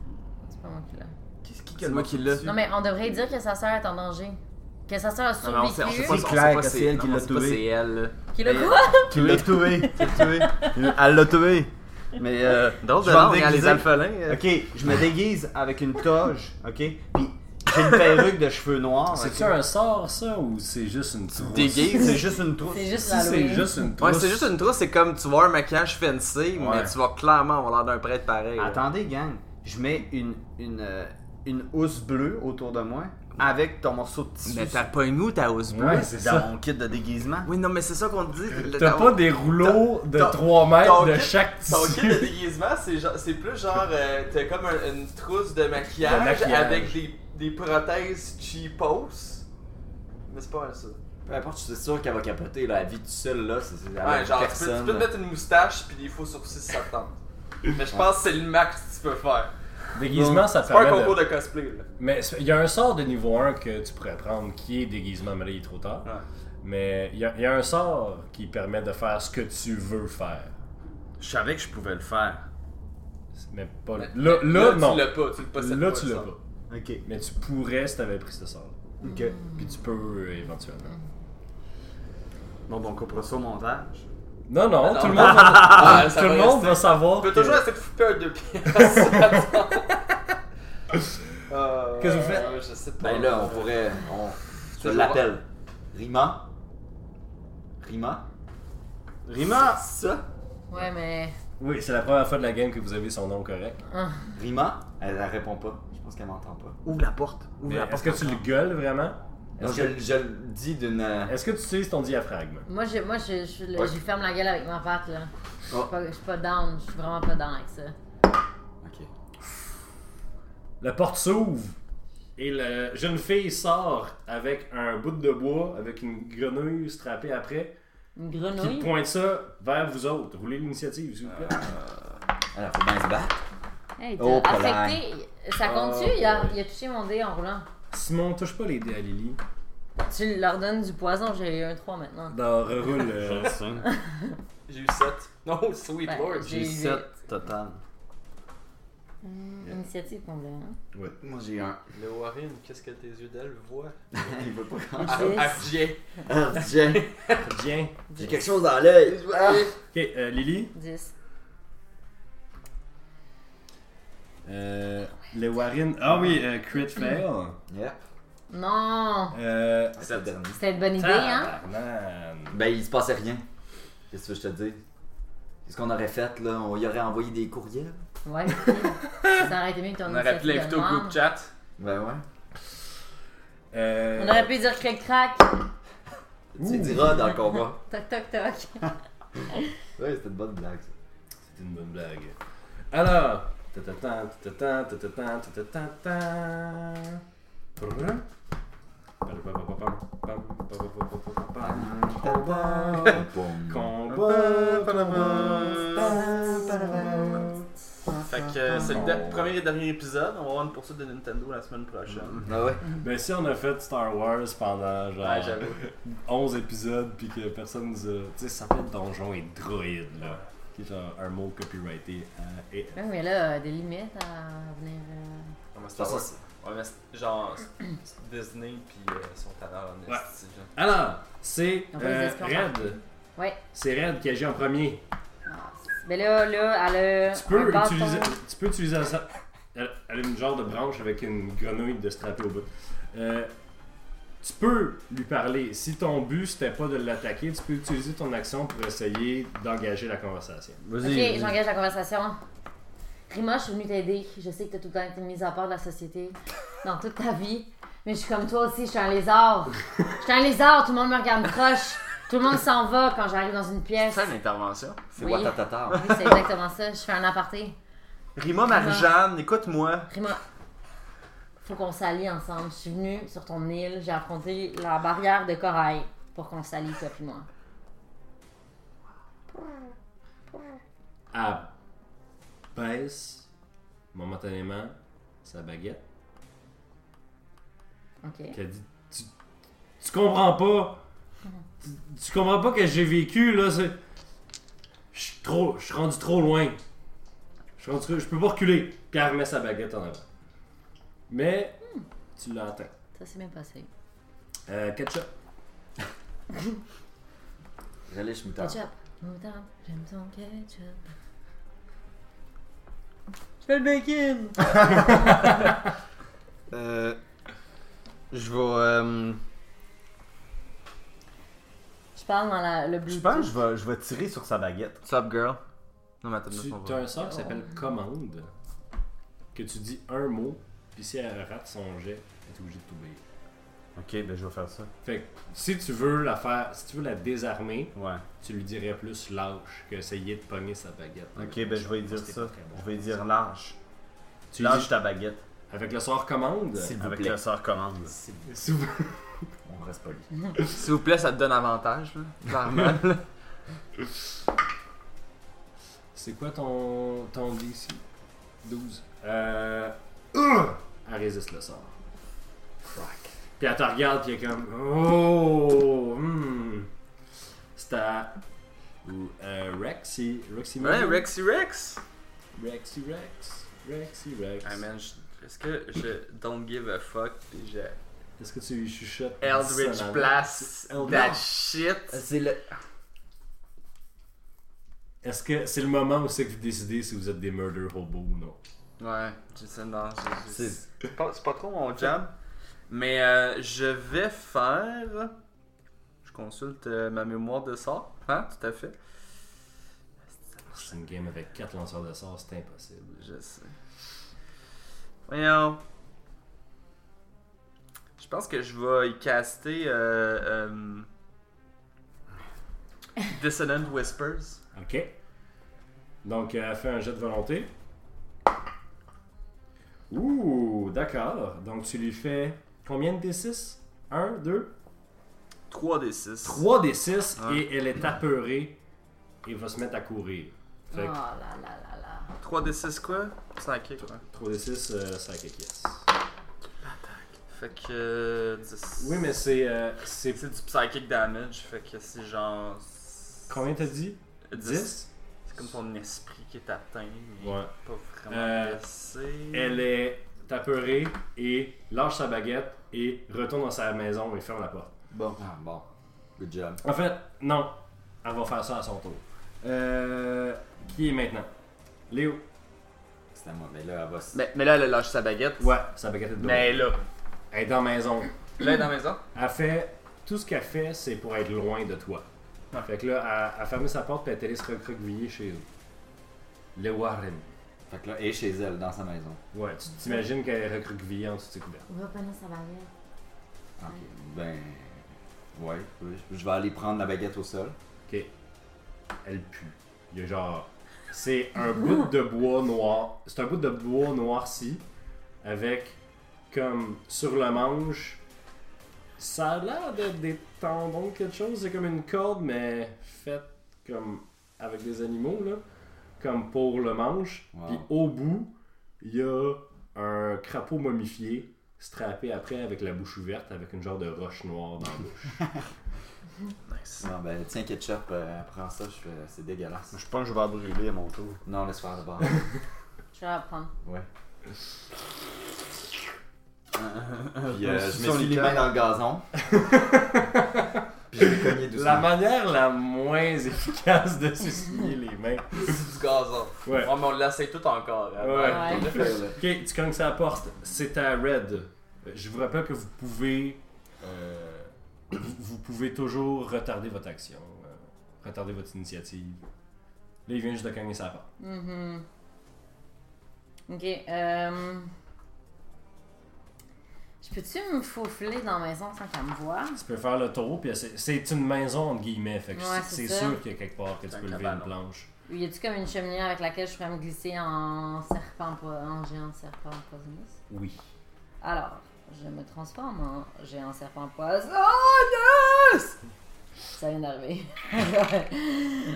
[SPEAKER 4] C'est pas moi qui l'ai.
[SPEAKER 5] Qu'est-ce qui
[SPEAKER 1] C'est moi qui l'ai.
[SPEAKER 4] Non, mais on devrait dire que sa sœur est en danger. Que sa sœur a
[SPEAKER 1] Non, mais on sait, on sait pas, on
[SPEAKER 4] survécu.
[SPEAKER 1] sait
[SPEAKER 5] clair
[SPEAKER 1] pas
[SPEAKER 5] que
[SPEAKER 1] si-
[SPEAKER 5] c'est elle qui
[SPEAKER 1] non, on
[SPEAKER 5] l'a
[SPEAKER 1] sait pas
[SPEAKER 5] tué.
[SPEAKER 1] C'est elle. là.
[SPEAKER 4] Qui le
[SPEAKER 1] Mais-
[SPEAKER 4] quoi?
[SPEAKER 5] Tu l'as tué. Tu l'as tué. Elle l'a tué. Mais. Euh,
[SPEAKER 1] Donc,
[SPEAKER 5] je
[SPEAKER 1] de
[SPEAKER 5] vais me
[SPEAKER 1] langue, hein, les
[SPEAKER 5] déguiser.
[SPEAKER 1] alphelins. euh.
[SPEAKER 5] Ok, je me déguise avec une toge. Ok? Puis j'ai une perruque de cheveux noirs.
[SPEAKER 2] C'est-tu
[SPEAKER 5] ok?
[SPEAKER 2] un sort, ça, ou c'est juste une trousse?
[SPEAKER 1] Déguise.
[SPEAKER 5] C'est juste une trousse.
[SPEAKER 4] C'est juste
[SPEAKER 2] Si c'est
[SPEAKER 4] Halloween.
[SPEAKER 2] juste une
[SPEAKER 1] Ouais,
[SPEAKER 2] trousse.
[SPEAKER 1] c'est juste une trousse, c'est comme tu vois un maquillage fancy, mais
[SPEAKER 5] Ouais.
[SPEAKER 1] tu vas clairement avoir l'air d'un prêtre pareil. là.
[SPEAKER 5] Attendez, gang. Je mets une, une, euh, une housse bleue autour de moi avec ton morceau de tissu.
[SPEAKER 1] Mais t'as pas une où ta housse bleue?
[SPEAKER 2] Ouais, c'est
[SPEAKER 5] dans
[SPEAKER 2] ça.
[SPEAKER 5] mon kit de déguisement.
[SPEAKER 1] Oui, non, mais c'est ça qu'on te dit. le-
[SPEAKER 2] T'as
[SPEAKER 1] ta-
[SPEAKER 2] pas des rouleaux de
[SPEAKER 6] t'as-
[SPEAKER 2] 3 mètres
[SPEAKER 6] ton
[SPEAKER 2] de
[SPEAKER 6] kit-
[SPEAKER 2] chaque
[SPEAKER 6] Son kit de
[SPEAKER 2] tissu.
[SPEAKER 6] déguisement, c'est genre- c'est plus genre. euh, T'as comme un- une trousse de maquillage,
[SPEAKER 2] De maquillage.
[SPEAKER 6] avec des, des prothèses cheapos. Mais c'est pas mal ça.
[SPEAKER 3] Peu importe, je suis sûr qu'elle va capoter, là. La vie toute seule, là, c'est c'est
[SPEAKER 6] Ouais,
[SPEAKER 3] avec
[SPEAKER 6] genre, tu peux, tu
[SPEAKER 3] personne.
[SPEAKER 6] peux te mettre une moustache puis des faux sourcils si ça te tente. Mais je pense que c'est le max que tu peux faire.
[SPEAKER 2] Déguisement, ça
[SPEAKER 6] C'est pas un
[SPEAKER 2] permet
[SPEAKER 6] concours
[SPEAKER 2] de...
[SPEAKER 6] de cosplay, là.
[SPEAKER 2] Mais c'est- il y a un sort de niveau 1 que tu pourrais prendre qui est déguisement, mais là, il est trop tard.
[SPEAKER 6] Ouais.
[SPEAKER 2] Mais il y, a- il y a un sort qui permet de faire ce que tu veux faire.
[SPEAKER 5] Je savais que je pouvais le faire.
[SPEAKER 2] Mais pas... Là,
[SPEAKER 6] Mais-
[SPEAKER 2] là,
[SPEAKER 6] Là,
[SPEAKER 2] non.
[SPEAKER 6] tu l'as pas, tu le possèdes
[SPEAKER 2] Là,
[SPEAKER 6] pas.
[SPEAKER 2] tu
[SPEAKER 6] le
[SPEAKER 2] l'as
[SPEAKER 6] sort.
[SPEAKER 2] pas.
[SPEAKER 5] Ok.
[SPEAKER 2] Mais tu pourrais si t'avais pris ce sort
[SPEAKER 5] Ok.
[SPEAKER 2] Puis tu peux, euh, éventuellement.
[SPEAKER 5] Bon, bon, on coupera ça au montage.
[SPEAKER 2] Non, non,
[SPEAKER 6] Ah non.
[SPEAKER 2] tout le monde va,
[SPEAKER 6] Ah, ça
[SPEAKER 2] tout le
[SPEAKER 6] va
[SPEAKER 2] monde
[SPEAKER 6] rester.
[SPEAKER 2] va savoir
[SPEAKER 6] Tu peux
[SPEAKER 2] que-
[SPEAKER 6] toujours essayer de couper un deux pièces. Euh,
[SPEAKER 2] Qu'est-ce que vous faites?
[SPEAKER 6] euh, Je sais pas.
[SPEAKER 3] Ben là, on pourrait. On... Je
[SPEAKER 6] Toujours-
[SPEAKER 3] l'appelle. Rima. Rima.
[SPEAKER 5] Rima!
[SPEAKER 3] Ça.
[SPEAKER 4] Ouais, mais.
[SPEAKER 2] Oui, c'est la première fois de la game que vous avez son nom correct.
[SPEAKER 3] Rima. Elle, elle répond pas. Je pense qu'elle m'entend pas.
[SPEAKER 1] Ouvre la porte. Ouvre
[SPEAKER 2] Mais
[SPEAKER 1] la
[SPEAKER 2] Est-ce
[SPEAKER 1] porte.
[SPEAKER 2] que tu le gueules vraiment?
[SPEAKER 3] Non,
[SPEAKER 2] Est-ce
[SPEAKER 3] je,
[SPEAKER 2] que,
[SPEAKER 3] je le dis d'une. euh,
[SPEAKER 2] est-ce que tu utilises ton diaphragme?
[SPEAKER 4] Moi, je, moi, je, je, suis le-
[SPEAKER 3] Ouais.
[SPEAKER 4] j'y ferme la gueule avec ma patte, là. Je
[SPEAKER 6] Ah.
[SPEAKER 4] suis
[SPEAKER 3] Oh.
[SPEAKER 4] pas- je suis pas down, je suis vraiment pas down avec ça.
[SPEAKER 3] Ok.
[SPEAKER 2] La porte s'ouvre et la jeune fille sort avec un bout de bois, avec une grenouille strappée après,
[SPEAKER 4] Une
[SPEAKER 2] qui
[SPEAKER 4] grenouille?
[SPEAKER 2] pointe ça vers vous autres. Roulez l'initiative, s'il vous plaît.
[SPEAKER 3] Alors, faut bien se battre.
[SPEAKER 4] Hey, t'as
[SPEAKER 3] Oh, pas
[SPEAKER 4] affecté. Ça
[SPEAKER 6] Ah,
[SPEAKER 4] compte-tu? il, a, il a touché mon dé en roulant.
[SPEAKER 2] Simon, touche pas les dés à Lily.
[SPEAKER 4] Tu leur donnes du poison, j'ai un 3 maintenant.
[SPEAKER 2] Dans reroule. euh,
[SPEAKER 6] J'ai eu 7. Non, sweet
[SPEAKER 4] Ben,
[SPEAKER 6] lord.
[SPEAKER 4] j'ai
[SPEAKER 1] J'ai
[SPEAKER 4] huit.
[SPEAKER 1] 7 total.
[SPEAKER 4] Hmm, Initiative comblée, hein?
[SPEAKER 3] Moi, j'ai un.
[SPEAKER 6] Le Warren, qu'est-ce que tes yeux d'elle voient?
[SPEAKER 3] Il veut pas grand
[SPEAKER 6] Ah,
[SPEAKER 4] Six.
[SPEAKER 6] Arjen.
[SPEAKER 3] Ah, tiens.
[SPEAKER 2] Bien.
[SPEAKER 3] J'ai quelque chose dans l'œil. Ah.
[SPEAKER 2] Ok, euh, Lily,
[SPEAKER 4] 10.
[SPEAKER 2] euh, le Warren. Ah oui, euh, crit fail.
[SPEAKER 3] Ah. Yep.
[SPEAKER 4] Non!
[SPEAKER 2] Euh, Ah,
[SPEAKER 3] C'est le dernier.
[SPEAKER 4] C'était une bonne idée, hein?
[SPEAKER 2] tabarnane.
[SPEAKER 3] Ben, il se passait rien. Qu'est-ce que je te dis? Qu'est-ce qu'on aurait fait, là? On y aurait envoyé des courriels?
[SPEAKER 4] Ouais, ça aurait été mieux que ton
[SPEAKER 6] On aurait pu
[SPEAKER 4] initiative
[SPEAKER 6] l'inviter
[SPEAKER 4] de
[SPEAKER 6] au
[SPEAKER 4] merde.
[SPEAKER 6] groupe chat.
[SPEAKER 3] Ben ouais.
[SPEAKER 2] Euh,
[SPEAKER 4] On aurait pu dire crac crac,
[SPEAKER 3] Tu diras dans le combat.
[SPEAKER 4] toc toc toc.
[SPEAKER 3] Ouais, c'était une bonne blague, ça.
[SPEAKER 2] C'est une bonne blague. Alors. ta-ta-tan, ta-ta-tan, ta-ta-tan, ta-ta-tan-tan. Brrr.
[SPEAKER 3] Ah,
[SPEAKER 2] Combat. Combat.
[SPEAKER 6] Fait que euh, c'est le de- premier et dernier épisode. On va avoir une poursuite de Nintendo la semaine prochaine.
[SPEAKER 3] Ah ouais?
[SPEAKER 2] Ben si on a fait Star Wars pendant genre
[SPEAKER 6] Ouais, j'avoue.
[SPEAKER 2] 11 épisodes puis que personne nous a... Tu sais, ça s'appelle Donjon et Droïde là. Qui est genre un mot copyrighté à et
[SPEAKER 4] Oui, mais là, euh, des limites à venir. euh,
[SPEAKER 6] Ouais, mais
[SPEAKER 3] Ça,
[SPEAKER 6] Star
[SPEAKER 3] ça,
[SPEAKER 6] Wars.
[SPEAKER 3] c'est-
[SPEAKER 6] Ouais, mais c'est- genre c'est Disney puis euh, son talent en
[SPEAKER 2] Ouais.
[SPEAKER 6] esti, genre.
[SPEAKER 2] Alors, c'est
[SPEAKER 4] On va les
[SPEAKER 2] euh,
[SPEAKER 4] espions
[SPEAKER 2] Red.
[SPEAKER 4] Ouais.
[SPEAKER 2] C'est Red qui agit en premier.
[SPEAKER 4] ah, Mais là, là, elle a.
[SPEAKER 2] Tu
[SPEAKER 4] un
[SPEAKER 2] peux,
[SPEAKER 4] bâton.
[SPEAKER 2] utiliser, tu peux utiliser ça. Elle, elle a une genre de branche avec une grenouille de strappée au bout. Euh, tu peux lui parler. Si ton but c'était pas de l'attaquer, tu peux utiliser ton action pour essayer d'engager la conversation.
[SPEAKER 4] Ok, j'engage la conversation. Rima, je suis venue t'aider. Je sais que t'as tout le temps été mise à part de la société, dans toute ta vie. Mais je suis comme toi aussi, je suis un lézard. Je suis un lézard, tout le monde me regarde croche. Tout le monde s'en va quand j'arrive dans une pièce.
[SPEAKER 1] C'est ça l'intervention.
[SPEAKER 3] c'est
[SPEAKER 4] Oui.
[SPEAKER 3] Watatata.
[SPEAKER 4] Oui, c'est exactement ça. Je fais un aparté.
[SPEAKER 1] Rima Marie-Jeanne, écoute-moi.
[SPEAKER 4] Rima, faut qu'on s'allie ensemble. Je suis venue sur ton île, j'ai affronté la barrière de corail pour qu'on s'allie, toi puis moi.
[SPEAKER 2] Elle baisse momentanément sa baguette.
[SPEAKER 4] Ok.
[SPEAKER 2] Qu'elle dit tu, tu comprends pas. Tu, tu comprends pas que j'ai vécu, là. c'est- Je suis trop. Je suis rendu trop loin. Je suis rendu trop- Je peux pas reculer. Puis elle remet sa baguette en avant. Mais tu l'entends.
[SPEAKER 4] Ça s'est bien passé.
[SPEAKER 2] Euh, ketchup.
[SPEAKER 3] Relish Moutard.
[SPEAKER 4] Ketchup. Moutarde, j'aime ton ketchup. Je fais le bacon!
[SPEAKER 5] Euh, je vais. euh,
[SPEAKER 4] Je parle dans la, le
[SPEAKER 5] je
[SPEAKER 4] Bluetooth.
[SPEAKER 5] pense que je vais, je vais tirer sur sa baguette. Sup, girl? Non, mais attends,
[SPEAKER 2] Tu
[SPEAKER 5] laisse-moi voir.
[SPEAKER 2] as un sort qui s'appelle commande. Que tu dis un mot. Puis si elle rate son jet, elle est obligée de t'obéir.
[SPEAKER 5] Ok, ben je vais faire ça.
[SPEAKER 2] Fait que si tu veux la faire, si tu veux la désarmer,
[SPEAKER 5] Ouais.
[SPEAKER 2] tu lui dirais plus lâche que essayer de pogner sa baguette.
[SPEAKER 5] Ok, ben je vais lui dire
[SPEAKER 2] C'était
[SPEAKER 5] ça.
[SPEAKER 2] pas très bon.
[SPEAKER 5] Je vais lui dire lâche.
[SPEAKER 2] Tu lui dis-
[SPEAKER 5] Lâche ta baguette.
[SPEAKER 2] Avec le sort commande,
[SPEAKER 5] S'il vous
[SPEAKER 3] Avec
[SPEAKER 5] plaît.
[SPEAKER 3] le
[SPEAKER 5] sort commande.
[SPEAKER 2] si vous-
[SPEAKER 3] On reste poli.
[SPEAKER 1] S'il vous plaît, ça te donne avantage, là. Clairement, là.
[SPEAKER 2] c'est quoi ton, ton DC 12. Euh... Urgh! Elle résiste le sort. Fuck. Puis elle te regarde, puis elle est comme Oh hmm. C'est à. Ou euh, Rexy. Rexy
[SPEAKER 6] Ouais,
[SPEAKER 2] Manu?
[SPEAKER 6] Rexy Rex!
[SPEAKER 2] Rexy Rex. Rexy Rex.
[SPEAKER 6] Ah man, je- est-ce que je don't give a fuck pis j'ai
[SPEAKER 2] Est-ce que tu lui chuchotes
[SPEAKER 6] Eldritch
[SPEAKER 2] dissonamment?
[SPEAKER 6] Blast
[SPEAKER 2] Eldritch.
[SPEAKER 6] that shit?
[SPEAKER 3] C'est le.
[SPEAKER 2] Est-ce que c'est le moment où c'est que vous décidez si vous êtes des murder hobos ou non?
[SPEAKER 6] Ouais, je sais, non, je- je-
[SPEAKER 3] C'est-
[SPEAKER 6] c'est pas, c'est pas trop mon jam. Mais euh, je vais faire. Je consulte euh, ma mémoire de sort, hein, tout à fait.
[SPEAKER 2] C'est une game avec 4 lanceurs de sorts, c'est impossible.
[SPEAKER 6] Je sais. Voyons. Je pense que je vais y caster. Euh, euh, Dissonant Whispers.
[SPEAKER 2] Ok. Donc, elle fait un jet de volonté. Ouh, d'accord. Donc, tu lui fais combien de D6 1, 2,
[SPEAKER 6] 3 des 6.
[SPEAKER 2] 3 D6
[SPEAKER 6] Ah.
[SPEAKER 2] et elle est apeurée et va se mettre à courir.
[SPEAKER 4] Oh
[SPEAKER 2] Fait
[SPEAKER 4] là
[SPEAKER 2] que
[SPEAKER 4] là là là.
[SPEAKER 6] 3 des 6 quoi 5 kick, ouais.
[SPEAKER 2] 3 D6, euh, ça a quelques yes.
[SPEAKER 6] Fait que. euh, 10.
[SPEAKER 2] Oui, mais c'est. euh, c'est
[SPEAKER 6] C'est du psychic damage, fait que c'est genre.
[SPEAKER 2] combien t'as dit
[SPEAKER 6] 10
[SPEAKER 2] 10
[SPEAKER 6] C'est comme ton esprit qui est atteint, mais
[SPEAKER 2] Ouais.
[SPEAKER 6] pas vraiment
[SPEAKER 2] Euh,
[SPEAKER 6] blessé.
[SPEAKER 2] Elle est apeurée et lâche sa baguette et retourne dans sa maison et ferme la porte.
[SPEAKER 3] Bon. Ah, bon. Good job.
[SPEAKER 2] En fait, non. Elle va faire ça à son tour. Euh, qui est maintenant? Léo.
[SPEAKER 3] C'était à moi. Mais là, elle va se.
[SPEAKER 1] Mais, mais là, elle lâche sa baguette.
[SPEAKER 2] Ouais, sa baguette est de
[SPEAKER 6] Mais là,
[SPEAKER 2] Elle est dans la maison.
[SPEAKER 6] là, dans la maison.
[SPEAKER 2] Elle fait... Tout ce qu'elle fait, c'est pour être loin de toi. Fait que là, elle- elle a fermé sa porte et elle est allée se recroqueviller chez eux. Le Warren.
[SPEAKER 3] Fait que là, elle est chez elle, dans sa maison.
[SPEAKER 2] Ouais, tu t'imagines qu'elle est recroquevillée en dessous de ses couvertes.
[SPEAKER 4] On va pogner sa baguette.
[SPEAKER 3] Ok. Ben. Ouais. oui. Je vais aller prendre la baguette au sol.
[SPEAKER 2] Ok. Elle pue. Il y a genre. C'est un bout de bois noir. C'est un bout de bois noirci. Avec, comme, sur le manche. Ça a l'air d'être des tendons, de quelque chose. C'est comme une corde, mais faite comme. avec des animaux, là. Comme pour le manche.
[SPEAKER 3] Wow.
[SPEAKER 2] Puis au bout, il y a un crapaud momifié, strappé après avec la bouche ouverte, avec une genre de roche noire dans la bouche.
[SPEAKER 6] Nice.
[SPEAKER 3] Non, ben, tiens, ketchup, euh, prends ça. Je fais... C'est dégueulasse.
[SPEAKER 5] Je pense que je vais la brûler à mon tour.
[SPEAKER 3] Non, laisse faire d'abord.
[SPEAKER 4] Je vais la prendre.
[SPEAKER 3] Ouais. Puis, euh, je me
[SPEAKER 5] Sur
[SPEAKER 3] suis les
[SPEAKER 5] le
[SPEAKER 3] mains
[SPEAKER 5] cœur.
[SPEAKER 3] dans le gazon. Puis je l'ai cogné doucement.
[SPEAKER 2] La manière la moins efficace de s'essuyer les mains.
[SPEAKER 6] Du gazon.
[SPEAKER 2] Ouais.
[SPEAKER 6] Oh, mais on l'essaye tout encore. hein.
[SPEAKER 2] Ouais.
[SPEAKER 4] Ouais.
[SPEAKER 3] T'as fait, là.
[SPEAKER 2] Ok, tu cognes sa porte. C'est à Red. Euh, Je vous rappelle que vous pouvez. euh, vous, vous pouvez toujours retarder votre action, euh, retarder votre initiative. Là, il vient juste de cogner sa porte.
[SPEAKER 4] Mhm. Ok, euh... Je peux-tu me faufiler dans la maison sans qu'elle me voie?
[SPEAKER 2] Tu peux faire le tour, puis c'est- c'est une maison, entre guillemets. Fait que
[SPEAKER 4] Ouais,
[SPEAKER 2] c'est
[SPEAKER 4] c'est
[SPEAKER 2] c'est
[SPEAKER 4] ça.
[SPEAKER 2] sûr qu'il y a quelque part que tu
[SPEAKER 6] C'est
[SPEAKER 2] peux
[SPEAKER 6] un
[SPEAKER 2] lever une
[SPEAKER 6] cabanon.
[SPEAKER 2] planche.
[SPEAKER 4] Ou y a-tu comme une cheminée avec laquelle je pourrais me glisser en serpent, po- en géant serpent poisonus?
[SPEAKER 2] Oui.
[SPEAKER 4] Alors, je me transforme en géant serpent poison. Oh yes! Ça vient d'arriver.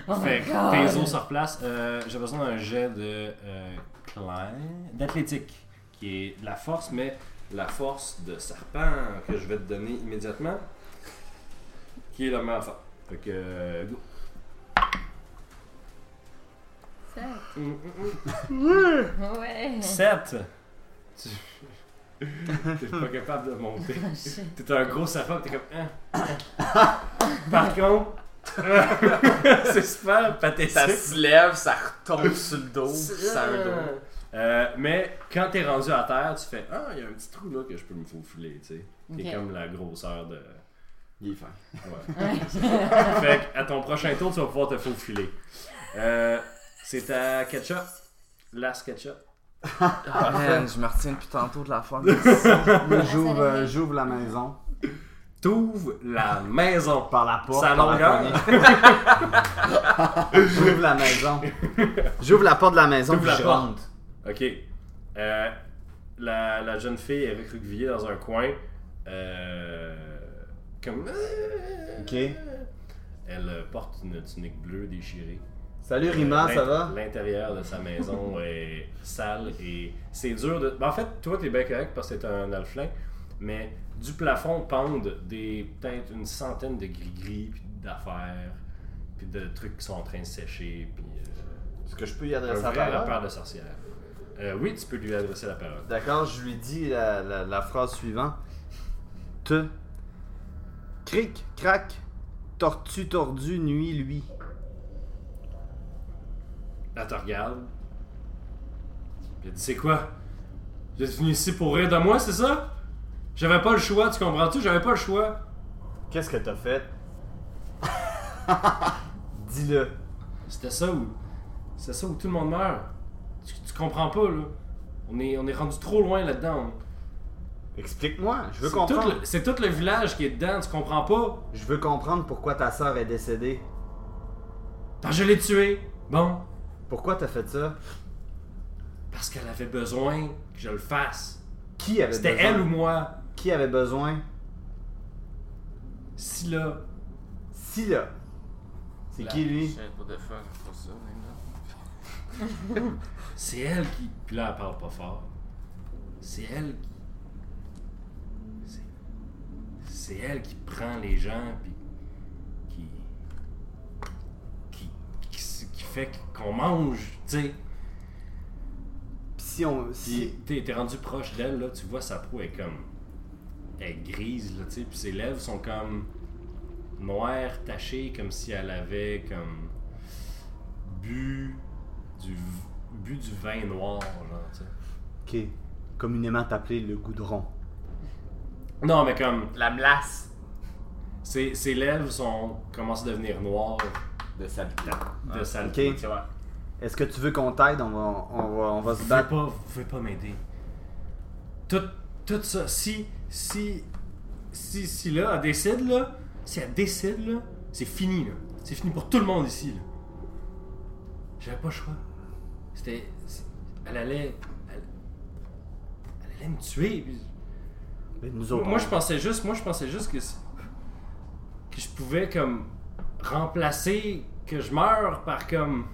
[SPEAKER 4] oh my
[SPEAKER 2] Fait que
[SPEAKER 4] God.
[SPEAKER 2] tes os se replacent. Euh, J'ai besoin d'un jet de euh, clan- d'athlétique, qui est de la force, mais la force de serpent que je vais te donner immédiatement, qui est la meilleure force. Fait que, euh, go.
[SPEAKER 4] Sept.
[SPEAKER 2] Mm, mm,
[SPEAKER 4] Ouais.
[SPEAKER 2] 7! Tu... T'es pas capable de
[SPEAKER 4] Oh,
[SPEAKER 2] monter. T'es un gros serpent, t'es comme. Hein, hein. Par contre, c'est super
[SPEAKER 6] Ça
[SPEAKER 2] pathétique.
[SPEAKER 6] se lève, ça retombe sur le dos, ça a un dos.
[SPEAKER 2] Euh, mais quand t'es rendu à terre, tu fais Ah, il y a un petit trou là que je peux me faufiler, tu sais. T'es
[SPEAKER 4] Ok.
[SPEAKER 2] comme la grosseur de.
[SPEAKER 3] Il est fin.
[SPEAKER 2] Ouais. fait que à ton prochain tour, tu vas pouvoir te faufiler. Euh, c'est ta ketchup. Last ketchup.
[SPEAKER 8] Ah, man, je me retiens depuis tantôt de la fin.
[SPEAKER 5] Moi, j'ouvre euh, j'ouvre la maison
[SPEAKER 2] T'ouvres la maison.
[SPEAKER 5] par la porte.
[SPEAKER 2] Sa
[SPEAKER 5] par la
[SPEAKER 2] longueur.
[SPEAKER 5] poignée. J'ouvre la maison. J'ouvre la porte de la maison.
[SPEAKER 2] T'ouvres
[SPEAKER 5] puis
[SPEAKER 2] la
[SPEAKER 5] je
[SPEAKER 2] porte.
[SPEAKER 5] rentre.
[SPEAKER 2] Ok. Euh, la, la jeune fille est recroquevillée dans un coin. Euh, comme.
[SPEAKER 5] Ok.
[SPEAKER 2] Elle euh, porte une tunique bleue déchirée.
[SPEAKER 5] Salut Rima, ça
[SPEAKER 2] L'int-
[SPEAKER 5] va?
[SPEAKER 2] L'intérieur de sa maison est sale et c'est dur de. Ben, en fait, toi, t'es bien correct parce que t'es un alflin, mais du plafond pendent des peut-être une centaine de gris-gris, puis d'affaires, puis de trucs qui sont en train de sécher, puis. euh,
[SPEAKER 8] Est-ce que je peux y
[SPEAKER 2] un
[SPEAKER 8] adresser la
[SPEAKER 2] vrai
[SPEAKER 8] parole?
[SPEAKER 2] rappeur de sorcière. Euh, oui, tu peux lui adresser la parole.
[SPEAKER 8] D'accord, je lui dis la, la- la phrase suivante. Te. Cric, crac, tortue, tordu, nuit, lui.
[SPEAKER 2] Elle te regarde. Elle dit C'est quoi Vous êtes venu ici pour rire de moi, c'est ça J'avais pas le choix, tu comprends-tu J'avais pas le choix.
[SPEAKER 8] Qu'est-ce que t'as fait? Dis-le.
[SPEAKER 2] C'était ça où. C'est ça où tout le monde meurt. Tu, tu comprends pas, là. On est, on est rendu trop loin là-dedans.
[SPEAKER 5] Explique-moi, je veux
[SPEAKER 2] C'est tout,
[SPEAKER 5] comprendre.
[SPEAKER 2] le- c'est tout le village qui est dedans, tu comprends pas?
[SPEAKER 5] Je veux comprendre pourquoi ta sœur est décédée.
[SPEAKER 2] Parce que je l'ai tué. Bon,
[SPEAKER 5] Pourquoi t'as fait ça?
[SPEAKER 2] parce qu'elle avait besoin que je le fasse.
[SPEAKER 5] Qui avait
[SPEAKER 2] C'était
[SPEAKER 5] besoin?
[SPEAKER 2] elle ou moi?
[SPEAKER 5] Qui avait besoin?
[SPEAKER 2] Si là.
[SPEAKER 5] Si là. C'est qui lui?
[SPEAKER 2] C'est elle qui. Puis là, elle parle pas fort. C'est elle qui. C'est. C'est elle qui prend les gens, puis. Qui. Qui. Qui, s- qui fait qu'on mange, tu sais.
[SPEAKER 5] Pis si on.
[SPEAKER 2] Puis
[SPEAKER 5] Si.
[SPEAKER 2] t'es t'es rendu proche d'elle, là, tu vois sa peau est comme. Elle est grise, là, tu sais. Puis ses lèvres sont comme. noires, tachées, comme si elle avait, comme. bu. du. v- bu du vin noir, genre, tu sais.
[SPEAKER 5] Ok. Communément appelé le goudron.
[SPEAKER 2] Non, mais comme.
[SPEAKER 6] La melasse.
[SPEAKER 2] Ses, ses lèvres sont, commencent à devenir noires
[SPEAKER 3] De sa vie.
[SPEAKER 2] de
[SPEAKER 5] Ok.
[SPEAKER 2] saleté.
[SPEAKER 5] Est-ce que tu veux qu'on t'aide? On va, on va, on va se
[SPEAKER 2] Vous pouvez
[SPEAKER 5] battre.
[SPEAKER 2] pas, vous pouvez pas m'aider. Tout, tout ça, si, si, si, si là, elle décide là, si elle décide là, c'est fini là. C'est fini pour tout le monde ici là. J'avais pas le choix. C'était, c'est- elle allait, elle, elle allait me tuer. puis-
[SPEAKER 5] Mais nous autres.
[SPEAKER 2] Moi,
[SPEAKER 5] on-
[SPEAKER 2] je pensais juste, moi, je pensais juste que, c- que je pouvais comme remplacer que je meurs par comme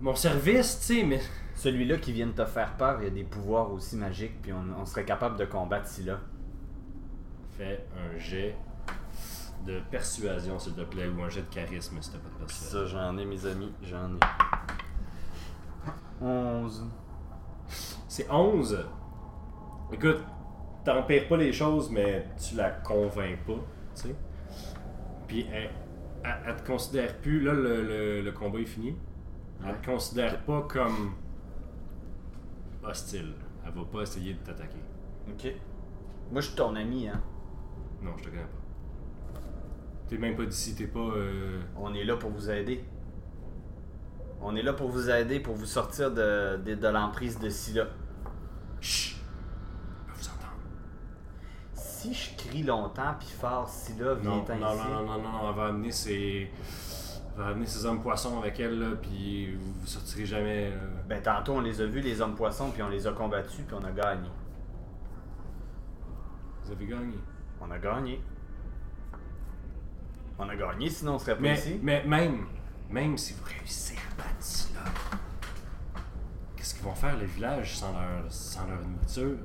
[SPEAKER 2] mon service, tu sais, mais
[SPEAKER 5] Celui-là qui vient de te faire peur, il y a des pouvoirs aussi magiques, puis on, on serait capable de combattre si là.
[SPEAKER 2] fais un jet de persuasion, s'il te plaît, ou un jet de charisme, si t'as pas de persuasion.
[SPEAKER 5] j'en ai, mes amis, j'en ai. 11.
[SPEAKER 2] C'est 11. Écoute, t'empires pas les choses, mais tu la convaincs pas, tu sais. Puis elle, elle- elle te considère plus. Là, le, le- le combat est fini. Elle te considère pas comme hostile. Elle va pas essayer de t'attaquer.
[SPEAKER 5] Ok. Moi, je suis ton ami, hein.
[SPEAKER 2] Non, je te connais pas. T'es même pas d'ici, t'es pas. euh,
[SPEAKER 5] On est là pour vous aider. On est là pour vous aider, pour vous sortir de, de, de l'emprise de Scylla.
[SPEAKER 2] Chut! Elle peut vous entendre.
[SPEAKER 5] Si je crie longtemps puis fort, Scylla vient
[SPEAKER 2] Non,
[SPEAKER 5] ici.
[SPEAKER 2] non, non, non, non, non, elle va amener ses. Elle va amener ses hommes poissons avec elle, là, puis vous vous sortirez jamais. euh, là.
[SPEAKER 5] Ben tantôt on les a vus les hommes poissons puis on les a combattus puis on a gagné.
[SPEAKER 2] Vous avez gagné.
[SPEAKER 5] On a gagné. On a gagné, sinon on serait pas
[SPEAKER 2] Mais,
[SPEAKER 5] ici.
[SPEAKER 2] mais même, même si vous réussissez à battre cela, qu'est-ce qu'ils vont faire les villages sans leur, sans leur nourriture?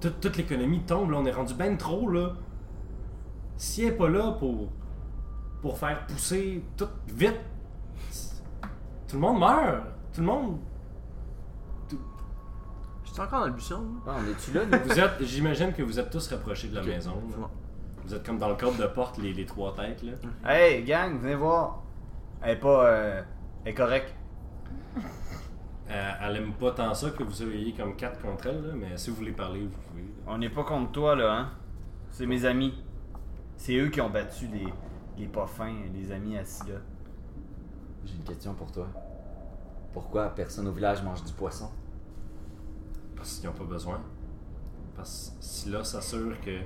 [SPEAKER 2] Toute, toute l'économie tombe, là, on est rendu ben trop, là. Si elle n'est pas là pour, pour faire pousser tout vite, tout le monde meurt. Tout le monde.
[SPEAKER 7] J'étais encore dans le buisson. là?
[SPEAKER 3] Ah, on est-tu là, nous?
[SPEAKER 2] Vous êtes, j'imagine que vous êtes tous rapprochés de la maison. là.
[SPEAKER 7] C'est bon.
[SPEAKER 2] Vous êtes comme dans le cadre de porte, les, les trois têtes, là.
[SPEAKER 5] Hey, gang, venez voir. Elle est pas. euh, elle est correcte.
[SPEAKER 2] Euh, elle aime pas tant ça que vous soyez comme quatre contre elle, là, mais si vous voulez parler, vous pouvez. là.
[SPEAKER 5] On n'est pas contre toi, là, hein. C'est mes amis. C'est eux qui ont battu les, les pas fins, les amis assis là.
[SPEAKER 3] J'ai une question pour toi. Pourquoi personne au village mange du poisson?
[SPEAKER 2] Parce qu'ils n'ont pas besoin. Parce que si là, ça s'assure que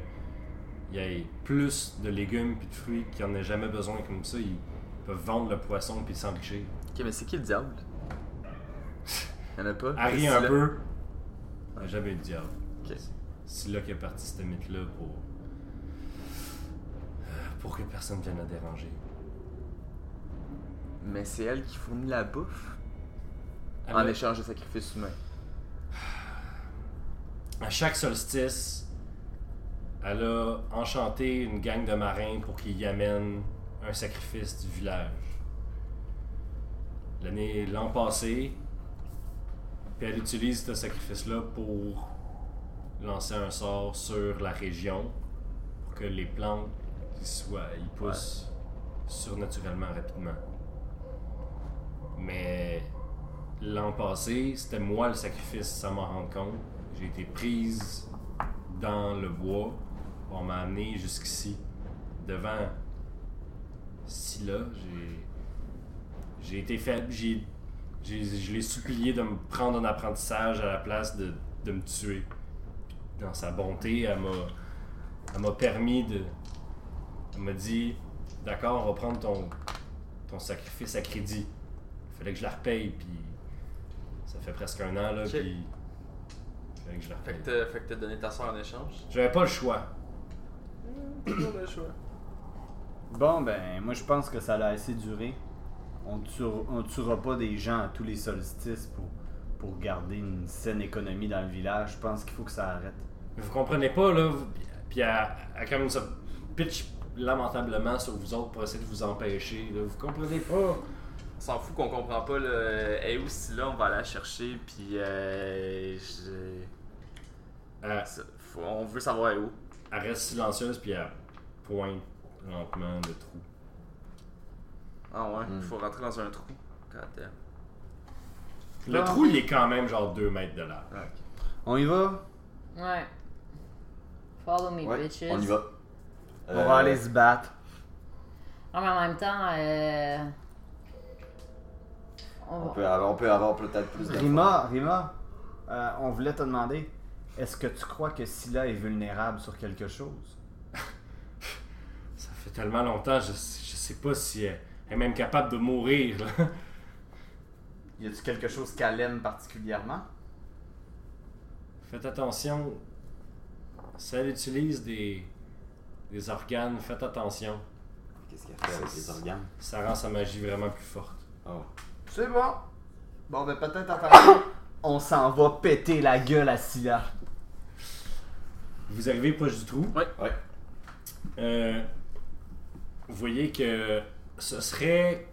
[SPEAKER 2] il y ait plus de légumes puis de fruits qu'ils en aient jamais besoin, comme ça, ils peuvent vendre le poisson puis s'enrichir.
[SPEAKER 9] Ok, mais c'est qui le diable Y'en a pas
[SPEAKER 2] Harry
[SPEAKER 9] C'est
[SPEAKER 2] un
[SPEAKER 9] là.
[SPEAKER 2] peu. Il a jamais eu de diable.
[SPEAKER 9] Ok.
[SPEAKER 2] C'est là qu'est parti ce mythe-là pour. euh, pour que personne vienne la déranger.
[SPEAKER 9] Mais c'est elle qui fournit la bouffe
[SPEAKER 2] Elle
[SPEAKER 6] Ah,
[SPEAKER 9] en
[SPEAKER 2] l'a-
[SPEAKER 9] échange de sacrifices humains.
[SPEAKER 2] À chaque solstice, elle a enchanté une gang de marins pour qu'ils y amènent un sacrifice du village. L'année, l'an passé, puis elle utilise ce sacrifice-là pour lancer un sort sur la région pour que les plantes y soient, y poussent surnaturellement rapidement. Mais l'an passé, c'était moi le sacrifice sans m'en rendre compte. J'ai été prise dans le bois. On m'a amené jusqu'ici, devant Scylla. J'ai, j'ai été faible. J'ai, j'ai- je l'ai supplié de me prendre en apprentissage à la place de, de me tuer. Dans sa bonté, elle m'a, elle m'a permis de. Elle m'a dit D'accord, on va prendre ton, ton sacrifice à crédit. Il fallait que je la repaye, puis ça fait presque un an, là,
[SPEAKER 6] Ok.
[SPEAKER 2] puis. il fallait que je la
[SPEAKER 6] Fait
[SPEAKER 2] repaye.
[SPEAKER 6] que t'as- fait que t'as donné ta soeur en échange.
[SPEAKER 2] J'avais pas le choix.
[SPEAKER 6] Toujours le choix.
[SPEAKER 5] Bon, ben, moi je pense que ça a assez duré. On tuera, on tuera pas des gens à tous les solstices pour, pour garder une saine économie dans le village. Je pense qu'il faut que ça arrête.
[SPEAKER 2] Vous comprenez pas, là. vous- Puis elle, elle comme ça pitch lamentablement sur vous autres pour essayer de vous empêcher. Là. Vous comprenez pas.
[SPEAKER 6] On s'en fout qu'on comprend pas le. Hey, aussi là, on va la chercher, puis. Euh, je-
[SPEAKER 2] Elle,
[SPEAKER 6] ça- faut- on veut savoir elle est où.
[SPEAKER 2] elle reste silencieuse, puis elle pointe lentement le trou.
[SPEAKER 6] Ah ouais,
[SPEAKER 3] Hmm.
[SPEAKER 6] faut rentrer dans un trou. God damn.
[SPEAKER 2] Le trou, il est quand même genre 2 mètres de large.
[SPEAKER 5] On y va
[SPEAKER 4] Ouais. Follow me,
[SPEAKER 3] Ouais,
[SPEAKER 4] bitches.
[SPEAKER 3] on y va.
[SPEAKER 5] On
[SPEAKER 3] Euh,
[SPEAKER 5] va aller se battre.
[SPEAKER 4] Non, Ah, mais en même temps, euh... on
[SPEAKER 3] On
[SPEAKER 4] va-
[SPEAKER 3] peut avoir, on peut avoir peut-être plus d'infos.
[SPEAKER 5] Rima, Rima, euh, on voulait te demander est-ce que tu crois que Scylla est vulnérable sur quelque chose
[SPEAKER 2] Ça fait tellement longtemps, je, je sais pas si elle, elle est même capable de mourir. là.
[SPEAKER 5] Y a-tu quelque chose qu'elle aime particulièrement
[SPEAKER 2] Faites attention. Si elle utilise des, des organes, faites attention.
[SPEAKER 3] Qu'est-ce qu'elle fait avec les organes?
[SPEAKER 2] Ça rend sa magie vraiment plus forte.
[SPEAKER 3] Oh.
[SPEAKER 5] C'est bon. Bon, ben peut-être en parler. On s'en va péter la gueule à Silla.
[SPEAKER 2] Vous arrivez proche du trou.
[SPEAKER 6] Ouais.
[SPEAKER 3] Ouais.
[SPEAKER 2] Euh, vous voyez que ce serait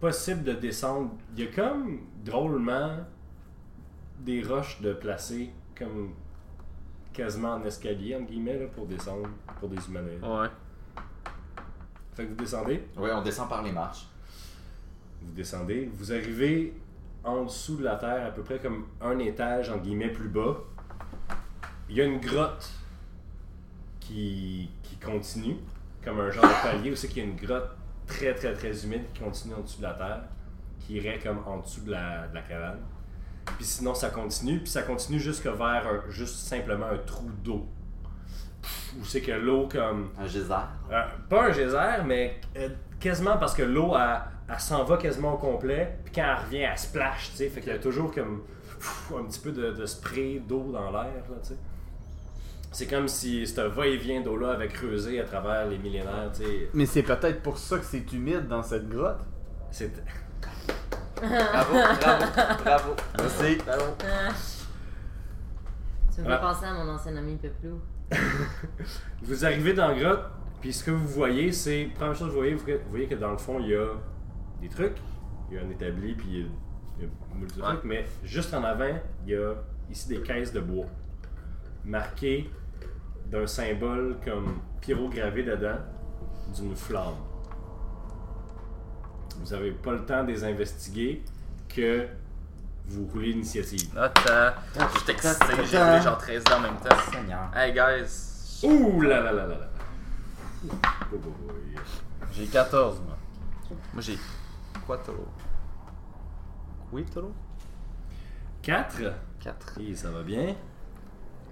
[SPEAKER 2] possible de descendre. Il y a comme drôlement des roches de placer comme quasiment en escalier entre guillemets là, pour descendre pour des humanoïdes.
[SPEAKER 6] Ouais.
[SPEAKER 2] Fait que vous descendez,
[SPEAKER 3] Ouais, on descend par les marches.
[SPEAKER 2] vous descendez, vous arrivez en dessous de la terre à peu près comme un étage entre guillemets plus bas. Il y a une grotte qui, qui continue, comme un genre de palier aussi, qu'il y a une grotte très très très humide qui continue en dessous de la terre, qui irait comme en dessous de la, de la caverne. Puis sinon ça continue, puis ça continue jusque vers un- juste simplement un trou d'eau. Pff, Où c'est que l'eau comme...
[SPEAKER 3] Un geyser.
[SPEAKER 2] Euh, pas un geyser, mais euh, quasiment parce que l'eau, elle, elle s'en va quasiment au complet, puis quand elle revient, elle splash, tu sais. Fait qu'il y a toujours comme pff, un petit peu de, de spray d'eau dans l'air, là, tu sais. C'est comme si ce va-et-vient d'eau-là avait creusé à travers les millénaires, tu sais.
[SPEAKER 5] Mais c'est peut-être pour ça que c'est humide dans cette grotte.
[SPEAKER 2] C'est-
[SPEAKER 3] Bravo, bravo, bravo.
[SPEAKER 5] Merci.
[SPEAKER 3] Bravo.
[SPEAKER 4] Ah. Ça me
[SPEAKER 2] Ouais.
[SPEAKER 4] fait penser à mon ancien ami Peplou.
[SPEAKER 2] Vous arrivez dans la grotte, puis ce que vous voyez, c'est. Première chose que vous voyez, vous vous voyez que dans le fond, il y a des trucs. Il y a un établi, puis il y a- il y a multi trucs, mais juste en avant, il y a ici des caisses de bois. Marquées d'un symbole comme pyrogravé dedans, d'une flamme. Vous n'avez pas le temps de les investiguer que vous roulez l'initiative.
[SPEAKER 6] Attends, j'étais excité, j'ai roulé genre 13 ans en même temps.
[SPEAKER 3] Seigneur.
[SPEAKER 6] Hey guys,
[SPEAKER 2] Ouh là là là là là là! Oh, oh, oh, yeah.
[SPEAKER 5] J'ai 14, moi.
[SPEAKER 1] Moi j'ai. Quattro. Quattro?
[SPEAKER 2] 4.
[SPEAKER 1] Quatre.
[SPEAKER 2] Et ça va bien.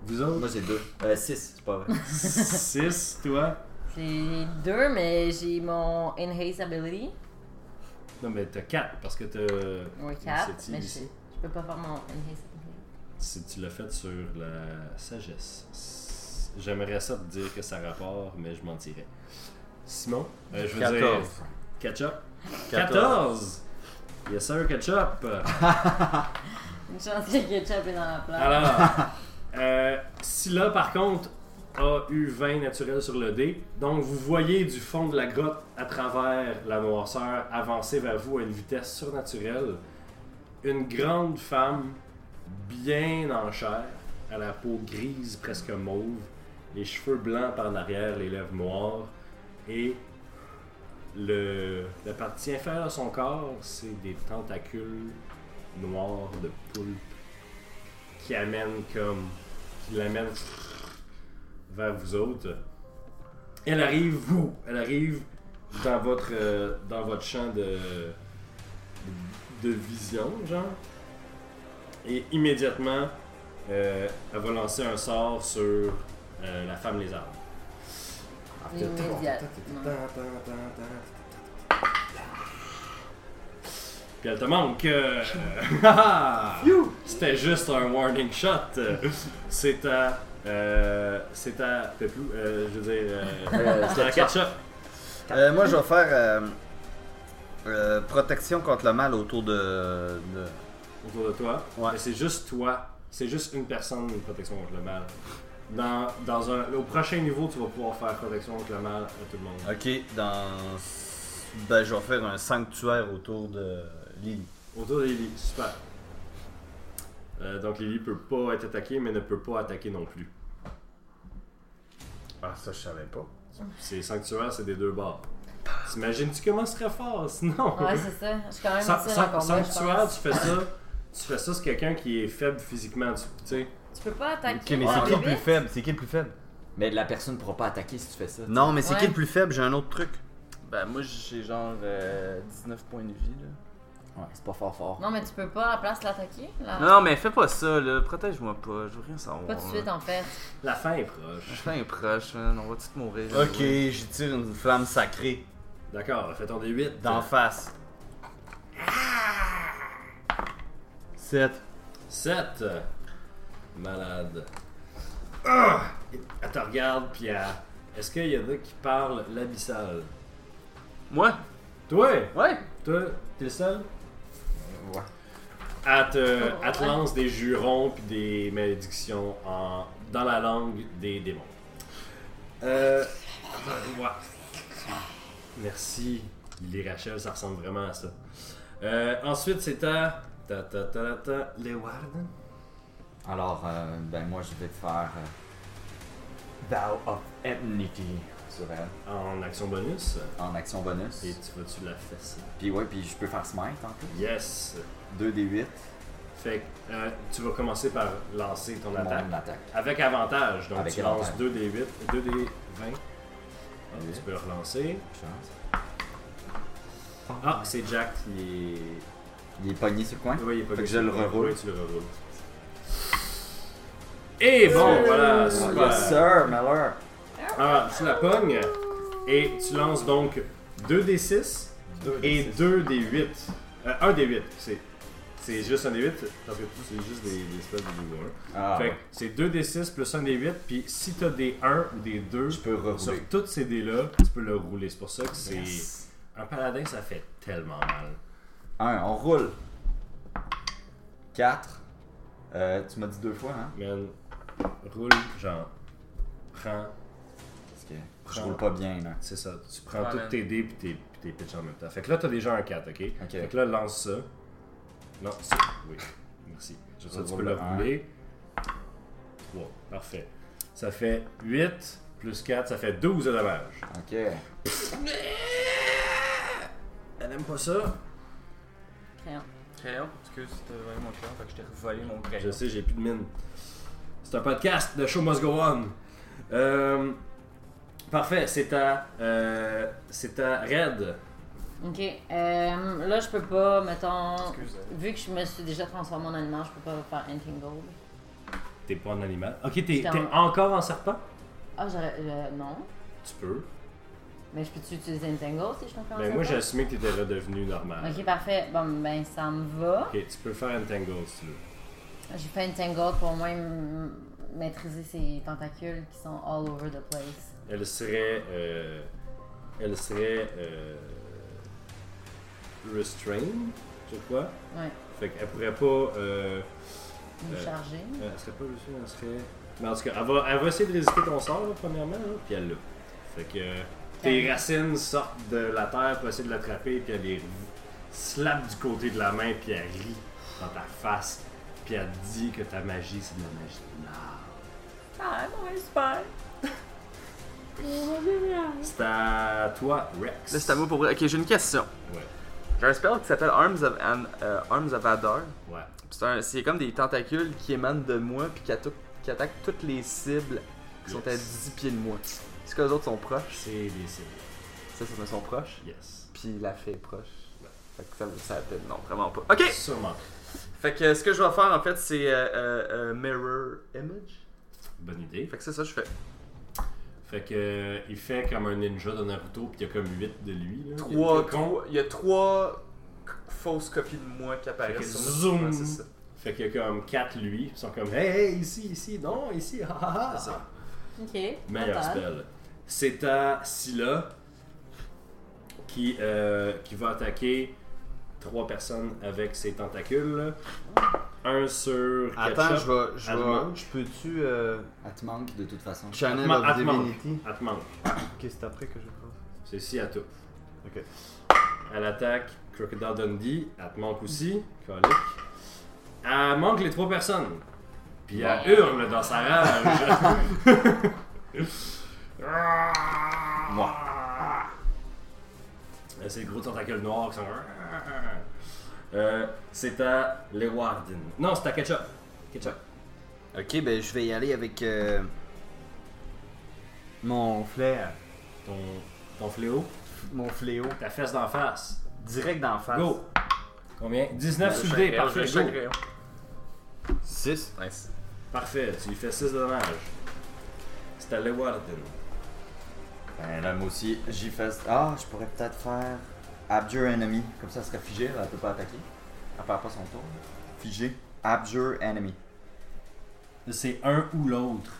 [SPEAKER 2] Vous autres,
[SPEAKER 3] Moi j'ai deux. Euh, six, c'est pas vrai.
[SPEAKER 2] 6, toi.
[SPEAKER 4] J'ai deux, mais j'ai mon Enhance Ability.
[SPEAKER 2] Non, mais t'as 4 parce que t'as.
[SPEAKER 4] Oui, quatre.
[SPEAKER 2] l'initiative
[SPEAKER 4] Mais je,
[SPEAKER 2] ici.
[SPEAKER 4] je peux pas faire mon Enhance Ability.
[SPEAKER 2] Si tu l'as fait sur la sagesse. S- J'aimerais ça te dire que ça rapporte, mais je mentirais. Simon, euh, je veux dire.
[SPEAKER 1] 14.
[SPEAKER 2] Ketchup. 14! Yes, sir, ketchup!
[SPEAKER 4] Une chance que Ketchup est dans la place.
[SPEAKER 2] Alors, Ah, euh, Scylla, par contre, a eu 20 naturel sur le dé. Donc, vous voyez du fond de la grotte à travers la noirceur avancer vers vous à une vitesse surnaturelle. Une grande femme, bien en chair, à la peau grise, presque mauve, les cheveux blancs par l'arrière, les lèvres noires, et le, la partie inférieure de son corps, c'est des tentacules noirs de poule qui amène comme qui l'amène vers vous autres. Elle arrive vous, elle arrive dans votre euh, dans votre champ de de vision genre et immédiatement euh, elle va lancer un sort sur euh, la femme lézarde.
[SPEAKER 4] Immédiatement.
[SPEAKER 2] Puis elle te manque. euh, C'était juste un warning shot. C'est à. Euh, c'est à. Peplou, euh, je veux dire. Euh, c'est à ketchup.
[SPEAKER 7] Euh, moi, je vais faire euh, euh, protection contre le mal autour de. de-
[SPEAKER 2] autour de toi.
[SPEAKER 7] Ouais.
[SPEAKER 2] Mais c'est juste toi. C'est juste une personne, une protection contre le mal. Dans, dans un, au prochain niveau, tu vas pouvoir faire protection contre le mal à tout le monde.
[SPEAKER 7] Ok, dans. Ben, je vais faire un sanctuaire autour de Lily.
[SPEAKER 2] Autour de Lily, super. Euh, donc Lily peut pas être attaquée, mais ne peut pas attaquer non plus.
[SPEAKER 5] Ah, ça, je savais pas.
[SPEAKER 2] C'est sanctuaire, c'est des deux bords. T'imagines-tu comment ce serait fort sinon?
[SPEAKER 4] Ouais, c'est ça. Je suis quand même
[SPEAKER 2] San-
[SPEAKER 4] utile en
[SPEAKER 2] san-
[SPEAKER 4] combat, je
[SPEAKER 2] sanctuaire,
[SPEAKER 4] pense.
[SPEAKER 2] tu fais ça. Tu fais ça, c'est quelqu'un qui est faible physiquement. Tu tu sais,
[SPEAKER 4] Tu peux pas attaquer. Ah,
[SPEAKER 7] Ok, mais c'est qui le plus faible C'est qui le plus faible
[SPEAKER 3] Mais la personne pourra pas attaquer si tu fais ça.
[SPEAKER 7] Non, mais c'est qui
[SPEAKER 4] Ouais.
[SPEAKER 7] le plus faible J'ai un autre truc.
[SPEAKER 6] ben moi j'ai genre euh, 19 points de vie là.
[SPEAKER 3] Ouais, c'est pas fort fort.
[SPEAKER 4] Non, mais tu peux pas à la place l'attaquer. là.
[SPEAKER 6] Non, non mais fais pas ça là, protège-moi pas, je veux rien savoir.
[SPEAKER 4] Pas tout de suite en fait.
[SPEAKER 2] la fin est proche.
[SPEAKER 6] Je suis un proche, man, on va tout mourir.
[SPEAKER 7] Ok, j'y tire une flamme sacrée
[SPEAKER 2] D'accord, fais ton D8.
[SPEAKER 7] d'en face. 7.
[SPEAKER 2] 7. Malade. Ah! Elle te regarde, puis elle... Est-ce qu'il y en a qui parlent l'abyssal?
[SPEAKER 6] Moi?
[SPEAKER 2] Toi!
[SPEAKER 6] Ouais!
[SPEAKER 2] Toi, t'es le seul? Ouais. Elle te, elle te lance des jurons puis des malédictions en, dans la langue des démons. Euh. attends, ouais. Merci, les Rachel, ça ressemble vraiment à ça. Euh, ensuite, c'est à. Ta, ta, ta, ta, les Warden.
[SPEAKER 3] Alors, euh, ben moi je vais faire. euh, Vow of Enmity sur elle.
[SPEAKER 2] En action bonus.
[SPEAKER 3] En action bonus.
[SPEAKER 2] Et tu vas-tu la fesser?
[SPEAKER 3] Puis ouais, puis je peux faire smite en plus.
[SPEAKER 2] Yes!
[SPEAKER 3] 2 des 8.
[SPEAKER 2] Fait que euh, tu vas commencer par lancer ton attaque.
[SPEAKER 3] Mon attaque.
[SPEAKER 2] Avec avantage, donc
[SPEAKER 3] Avec
[SPEAKER 2] tu lances
[SPEAKER 3] avantage.
[SPEAKER 2] 2 des 8, 2 des 20. Hop,
[SPEAKER 3] Huit.
[SPEAKER 2] tu peux relancer.
[SPEAKER 3] Chance.
[SPEAKER 2] Ah, c'est Jack qui est. Ah
[SPEAKER 3] Il est pogné sur le coin.
[SPEAKER 2] Ouais, il est pas
[SPEAKER 3] Fait que
[SPEAKER 2] gâché.
[SPEAKER 3] je le reroule.
[SPEAKER 2] Ouais, tu le reroules. Et bon, voilà,
[SPEAKER 3] Oh,
[SPEAKER 2] super.
[SPEAKER 3] yes, sir, malheur.
[SPEAKER 2] Ah, tu la pognes et tu lances Euh, donc 2 des 6 et 2 des 8. 1 des 8, c'est C'est juste un des 8, parce que tout, c'est juste des, des espèces de 2
[SPEAKER 3] Ah,
[SPEAKER 2] Fait que c'est 2 des 6 plus 1 des 8, puis si t'as des 1 ou des 2,
[SPEAKER 3] tu peux
[SPEAKER 2] sur
[SPEAKER 3] rerouler.
[SPEAKER 2] toutes ces dés-là, tu peux le rouler. C'est pour ça que c'est. Un paladin, ça fait tellement mal.
[SPEAKER 3] Un, on roule. 4. tu m'as dit deux fois, hein?
[SPEAKER 2] Man, roule, genre, prends.
[SPEAKER 3] Parce que je
[SPEAKER 2] Prends.
[SPEAKER 3] roule pas bien, là.
[SPEAKER 2] C'est ça, tu prends
[SPEAKER 6] Ah,
[SPEAKER 2] toutes
[SPEAKER 6] man.
[SPEAKER 2] tes dés puis tes, puis tes pitches en même temps. Fait que là, t'as déjà un 4, ok? Fait que là, lance ça. Non, ça, oui. Merci. Comme Ça, tu peux le
[SPEAKER 3] Un.
[SPEAKER 2] rouler. Wow, parfait. Ça fait 8 plus 4, ça fait 12 de dommages.
[SPEAKER 3] Ok.
[SPEAKER 2] Elle aime pas ça?
[SPEAKER 4] Crayon.
[SPEAKER 6] Crayon, excuse, c'était vraiment mon crayon, fait que je t'ai volé mon crayon.
[SPEAKER 2] Je sais, j'ai plus de mine. C'est un podcast, The Show Must Go On. Euh, parfait, c'est à. euh, c'est à Red.
[SPEAKER 4] Ok. Euh, là, je peux pas, mettons.
[SPEAKER 6] Excuse.
[SPEAKER 4] Vu que je me suis déjà transformée en animal, je peux pas faire anything gold.
[SPEAKER 2] T'es pas un animal. Ok, t'es, t'es
[SPEAKER 4] J'étais en-
[SPEAKER 2] encore en serpent?
[SPEAKER 4] Ah, j'aurais. euh, non.
[SPEAKER 2] Tu peux.
[SPEAKER 4] Mais je peux-tu utiliser anything gold si je t'en fais
[SPEAKER 2] Ben, moi, j'ai assumé que t'étais redevenu normal.
[SPEAKER 4] Ok, parfait. Bon, ben, ça me va.
[SPEAKER 2] Ok, tu peux faire Entangle si tu veux.
[SPEAKER 4] J'ai fait anything gold pour moi m- maîtriser ces tentacules qui sont all over the place.
[SPEAKER 2] Elle serait. euh, elle serait. euh, restrained, je crois.
[SPEAKER 4] Ouais.
[SPEAKER 2] Fait qu'elle pourrait pas. euh,
[SPEAKER 4] Me
[SPEAKER 2] Euh,
[SPEAKER 4] charger.
[SPEAKER 2] Euh, Elle serait pas reçue, elle serait. Mais en tout cas, elle va, elle va essayer de résister ton sort, là, premièrement, là, puis elle l'a. Fait que euh, tes
[SPEAKER 4] Calme.
[SPEAKER 2] racines sortent de la terre pour essayer de l'attraper, puis elle les slappe du côté de la main, puis elle rit dans ta face, puis elle dit que ta magie, c'est de la magie de l'art.
[SPEAKER 4] Ah, ouais, super.
[SPEAKER 2] C'est à toi, Rex.
[SPEAKER 1] Là, c'est à moi pour vrai. Ok, j'ai une question.
[SPEAKER 2] Ouais.
[SPEAKER 1] J'ai un spell qui s'appelle Arms of, An- euh, Arms of Adar.
[SPEAKER 2] Ouais.
[SPEAKER 1] C'est un- C'est comme des tentacules qui émanent de moi puis qui, atta- qui attaquent toutes les cibles qui sont à
[SPEAKER 2] Yes.
[SPEAKER 1] 10 pieds de moi. Est-ce que les autres sont proches?
[SPEAKER 2] C'est des cibles.
[SPEAKER 1] Ça, ça me sont proches.
[SPEAKER 2] Yes.
[SPEAKER 1] Puis la fée est proche.
[SPEAKER 2] Ouais.
[SPEAKER 1] Fait que ça, ça peut- non, vraiment pas. Ok!
[SPEAKER 2] Sûrement.
[SPEAKER 1] Fait que euh, ce que je vais faire en fait, c'est euh, euh, euh, Mirror Image.
[SPEAKER 2] Bonne idée.
[SPEAKER 1] Fait que c'est ça que je fais.
[SPEAKER 2] Fait que euh, il fait comme un ninja de Naruto, puis il y a comme 8 de lui. Là.
[SPEAKER 1] Trois,
[SPEAKER 2] Il est con.
[SPEAKER 1] trois- il y a trois c- fausses copies de moi qui
[SPEAKER 2] Fait que
[SPEAKER 1] apparaissent. sur mon-
[SPEAKER 2] zoom.
[SPEAKER 1] Ouais, c'est ça.
[SPEAKER 2] Fait qu'il y a comme 4 lui, ils sont comme Hey, hey, ici, ici, non, ici, ha ha ha.
[SPEAKER 1] C'est ça.
[SPEAKER 4] Ok.
[SPEAKER 2] Meilleur
[SPEAKER 4] mental.
[SPEAKER 2] spell. C'est à Scylla qui, euh, qui va attaquer 3 personnes avec ses tentacules. Un sur
[SPEAKER 7] Attends,
[SPEAKER 2] Ketchup.
[SPEAKER 7] je vais. Je,
[SPEAKER 2] Allemand.
[SPEAKER 7] vais, je peux-tu. Euh,
[SPEAKER 3] Elle te manque de toute façon.
[SPEAKER 7] Channel
[SPEAKER 2] Atman-
[SPEAKER 7] of
[SPEAKER 2] Atman.
[SPEAKER 7] Divinity
[SPEAKER 2] Elle te manque.
[SPEAKER 7] Ok, c'est après que je passe.
[SPEAKER 2] C'est si à tout.
[SPEAKER 7] Ok.
[SPEAKER 2] Elle attaque Crocodile Dundee. Elle te manque aussi. Colique. Elle manque les 3 personnes. Puis elle hurle dans sa rage.
[SPEAKER 3] Moi.
[SPEAKER 2] Euh, C'est le gros tentacule noir qui sont. Euh, c'est à Lewarden. Non, c'est à Ketchup. Ketchup.
[SPEAKER 7] Ok, ben je vais y aller avec. euh, mon flair.
[SPEAKER 2] Ton, ton fléau,
[SPEAKER 7] Mon fléau.
[SPEAKER 2] ta fesse d'en face.
[SPEAKER 7] Direct d'en face.
[SPEAKER 2] Go! Combien? 19 sur le dé, parfait,
[SPEAKER 6] Je
[SPEAKER 2] go!
[SPEAKER 6] crayon.
[SPEAKER 7] 6.
[SPEAKER 6] Nice.
[SPEAKER 2] Parfait, tu lui fais 6 dommages. C'est à Lewarden.
[SPEAKER 3] Ben là, moi aussi, j'y fais. Ah, je pourrais peut-être faire Abjure Enemy. Comme ça, elle serait figée, là, elle peut pas attaquer. Elle perd pas son tour. Figée. Abjure Enemy.
[SPEAKER 2] C'est un ou l'autre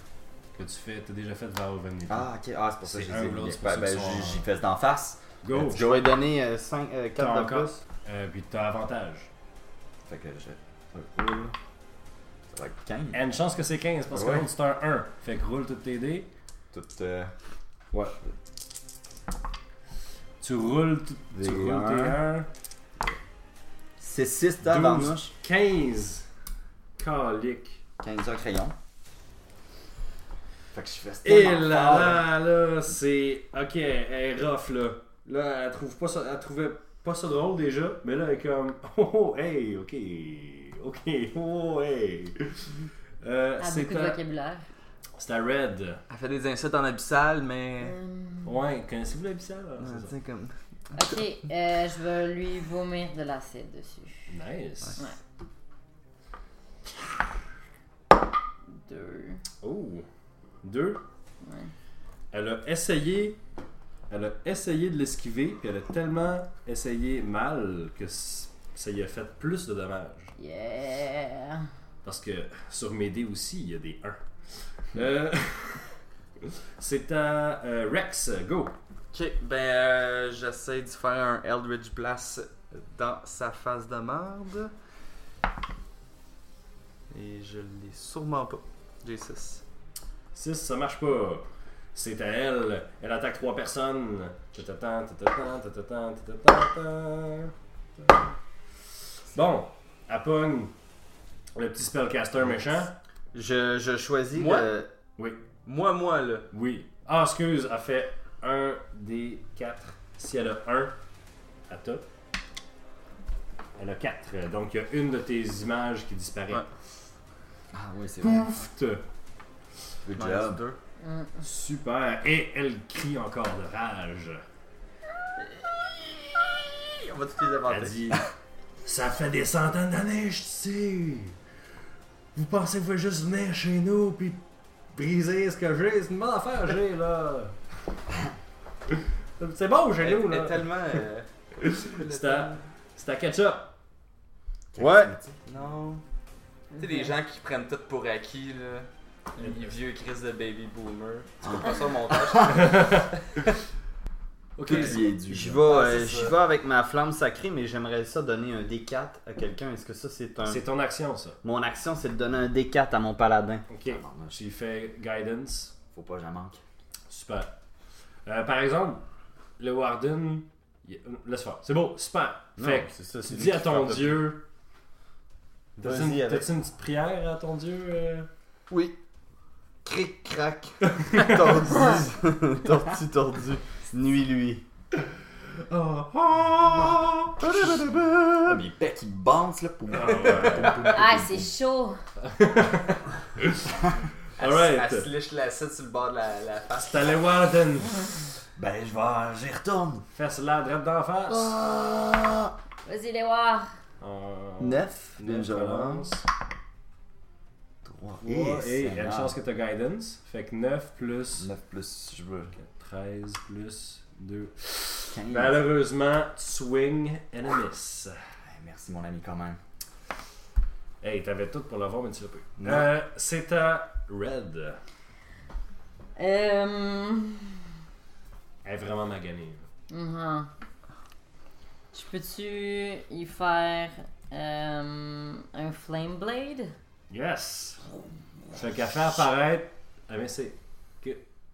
[SPEAKER 2] que tu fais. T'as déjà fait Varovani.
[SPEAKER 3] Ah, ok. Ah, c'est pour ça que
[SPEAKER 2] C'est
[SPEAKER 3] je
[SPEAKER 2] un
[SPEAKER 3] les ai
[SPEAKER 2] ou l'autre,
[SPEAKER 3] oubliés.
[SPEAKER 2] c'est pour ça
[SPEAKER 3] Ben, ben,
[SPEAKER 2] qu'ils sont
[SPEAKER 3] j'y-
[SPEAKER 2] en-
[SPEAKER 3] j'y fais d'en face.
[SPEAKER 2] Go!
[SPEAKER 7] Je vais
[SPEAKER 5] euh,
[SPEAKER 7] donner 5, 4
[SPEAKER 2] T'as
[SPEAKER 7] de
[SPEAKER 2] encore.
[SPEAKER 7] plus.
[SPEAKER 2] Euh, puis t'as avantage.
[SPEAKER 3] Fait que je. je roule. Ça va être 15.
[SPEAKER 2] Et une chance que c'est 15 parce que
[SPEAKER 3] Ouais.
[SPEAKER 2] l'autre c'est un 1. Fait que roule toutes tes dés.
[SPEAKER 3] Tout. euh,
[SPEAKER 2] Ouais. Tu roules, tout-
[SPEAKER 3] Des
[SPEAKER 2] tu roules tes
[SPEAKER 3] un.
[SPEAKER 2] 1.
[SPEAKER 3] C'est 6
[SPEAKER 5] hein.
[SPEAKER 3] dans la
[SPEAKER 2] 12, 15. Calique.
[SPEAKER 3] 15 heures crayon. Fait que je fais
[SPEAKER 2] Et
[SPEAKER 3] tellement fort,
[SPEAKER 2] là
[SPEAKER 3] là.
[SPEAKER 2] là là, c'est. Ok, elle est rough là. Là, elle trouve pas ça. Elle trouvait pas ça drôle déjà, mais là elle est comme. Oh oh hey, ok. Ok, oh oh, hey. Euh,
[SPEAKER 4] Ah,
[SPEAKER 2] c'est
[SPEAKER 4] beaucoup de
[SPEAKER 2] à-
[SPEAKER 4] vocabulaire.
[SPEAKER 2] c'est à Red.
[SPEAKER 1] Elle fait des insectes en abyssal, mais.
[SPEAKER 4] Hum,
[SPEAKER 2] Ouais, connaissez-vous l'abyssal? Ah, c'est ça.
[SPEAKER 7] C'est comme.
[SPEAKER 4] ok, euh, je vais lui vomir de l'acide dessus.
[SPEAKER 2] Nice.
[SPEAKER 4] Ouais. Deux.
[SPEAKER 2] Oh. Deux.
[SPEAKER 4] Ouais.
[SPEAKER 2] Elle a essayé. Elle a essayé de l'esquiver, puis elle a tellement essayé mal que s- Ça y a fait plus de dommages.
[SPEAKER 4] Yeah.
[SPEAKER 2] Parce que sur mes dés aussi, il y a des 1. Euh, C'est à euh, Rex, go!
[SPEAKER 6] Ok, ben euh, j'essaie de faire un Eldritch Blast dans sa face de merde. Et je l'ai sûrement pas. J'ai 6.
[SPEAKER 2] 6, ça marche pas. C'est à elle. Elle attaque trois personnes. Ta-ta-tan, ta-ta-tan, ta-ta-tan, ta-ta-tan, ta-ta. Bon, elle pogne le petit spellcaster méchant.
[SPEAKER 9] Je, je choisis
[SPEAKER 6] Moi?
[SPEAKER 9] le-
[SPEAKER 2] Oui,
[SPEAKER 6] Moi, moi, là.
[SPEAKER 2] oui. Ah, excuse, elle fait 1 des 4. Si elle a 1, à top. Elle a 4. Donc, il y a une de tes images qui disparaît.
[SPEAKER 6] Ouais.
[SPEAKER 3] Ah oui, c'est bon.
[SPEAKER 2] Pouf! te-
[SPEAKER 3] Good
[SPEAKER 6] Minus
[SPEAKER 3] job.
[SPEAKER 6] deux.
[SPEAKER 2] Super. Et elle crie encore de rage.
[SPEAKER 6] On va tous les
[SPEAKER 2] Elle
[SPEAKER 6] inventer.
[SPEAKER 2] dit Ça fait des centaines d'années, je suis ici. Vous pensez que vous pouvez juste venir chez nous puis briser ce que j'ai C'est une bonne affaire, j'ai là. C'est bon chez nous
[SPEAKER 6] Elle
[SPEAKER 2] là.
[SPEAKER 6] est tellement. euh,
[SPEAKER 2] C'est à, c'est à ketchup.
[SPEAKER 7] Ouais.
[SPEAKER 6] Non. Tu sais, les gens qui prennent tout pour acquis, là. Les vieux Chris de Baby Boomer. Tu peux pas ça au montage.
[SPEAKER 2] Ok.
[SPEAKER 3] Tout y est dû.
[SPEAKER 9] J'y
[SPEAKER 3] là.
[SPEAKER 9] vais,
[SPEAKER 6] Ah,
[SPEAKER 9] euh,
[SPEAKER 6] c'est
[SPEAKER 9] j'y
[SPEAKER 6] ça.
[SPEAKER 9] vais avec ma flamme sacrée, mais j'aimerais ça donner un D4 à quelqu'un. Est-ce que ça, c'est un.
[SPEAKER 2] C'est ton action ça.
[SPEAKER 9] Mon action, c'est de donner un D4 à mon paladin.
[SPEAKER 2] Ok. J'ai fait guidance.
[SPEAKER 3] Faut pas que j'en manque.
[SPEAKER 2] Super. Euh, par exemple, le Warden. il- euh, Laisse faire. C'est beau, super. Fait que
[SPEAKER 9] c'est ça,
[SPEAKER 2] tu
[SPEAKER 9] c'est
[SPEAKER 2] dis à ton Dieu. T'as-tu une,
[SPEAKER 9] Vas-y avec.
[SPEAKER 2] t'as-tu une petite prière à ton Dieu euh?
[SPEAKER 9] Oui. Cric, crac. tordu. tordu, tordu. Nuit, lui.
[SPEAKER 2] Ah,
[SPEAKER 3] Ah, mes pecs qui bouncent là pour.
[SPEAKER 4] Ah, c'est chaud.
[SPEAKER 3] Ah,
[SPEAKER 2] Alright.
[SPEAKER 6] Elle se lèche l'acide sur le bord de la, la face.
[SPEAKER 2] C'est à le Warden.
[SPEAKER 3] Ben, je vais. J'y retourne.
[SPEAKER 2] Fais cela droite d'en face.
[SPEAKER 3] Ah.
[SPEAKER 4] Vas-y, les voir.
[SPEAKER 9] 9.
[SPEAKER 2] On- Euh, Neuf
[SPEAKER 3] Déjà
[SPEAKER 2] relance.
[SPEAKER 3] Trois.
[SPEAKER 2] Trois. Et il y a une
[SPEAKER 3] Seigneur.
[SPEAKER 2] chance que t'as guidance. Fait que 9 plus
[SPEAKER 3] 9 plus, je veux.
[SPEAKER 2] 13 plus 2.
[SPEAKER 3] 15.
[SPEAKER 2] Malheureusement, tu swing and a miss.
[SPEAKER 3] Eh, Merci, mon ami, quand même.
[SPEAKER 2] Hey, t'avais tout pour l'avoir, mais tu l'as pas eu.
[SPEAKER 3] Non.
[SPEAKER 2] Euh, C'est à Red.
[SPEAKER 4] Euh...
[SPEAKER 2] Elle est vraiment maganée.
[SPEAKER 4] mhm. Je peux-tu y faire euh, un flame blade?
[SPEAKER 2] Yes! Fait qu'à faire apparaître. Ah, mais c'est. Que,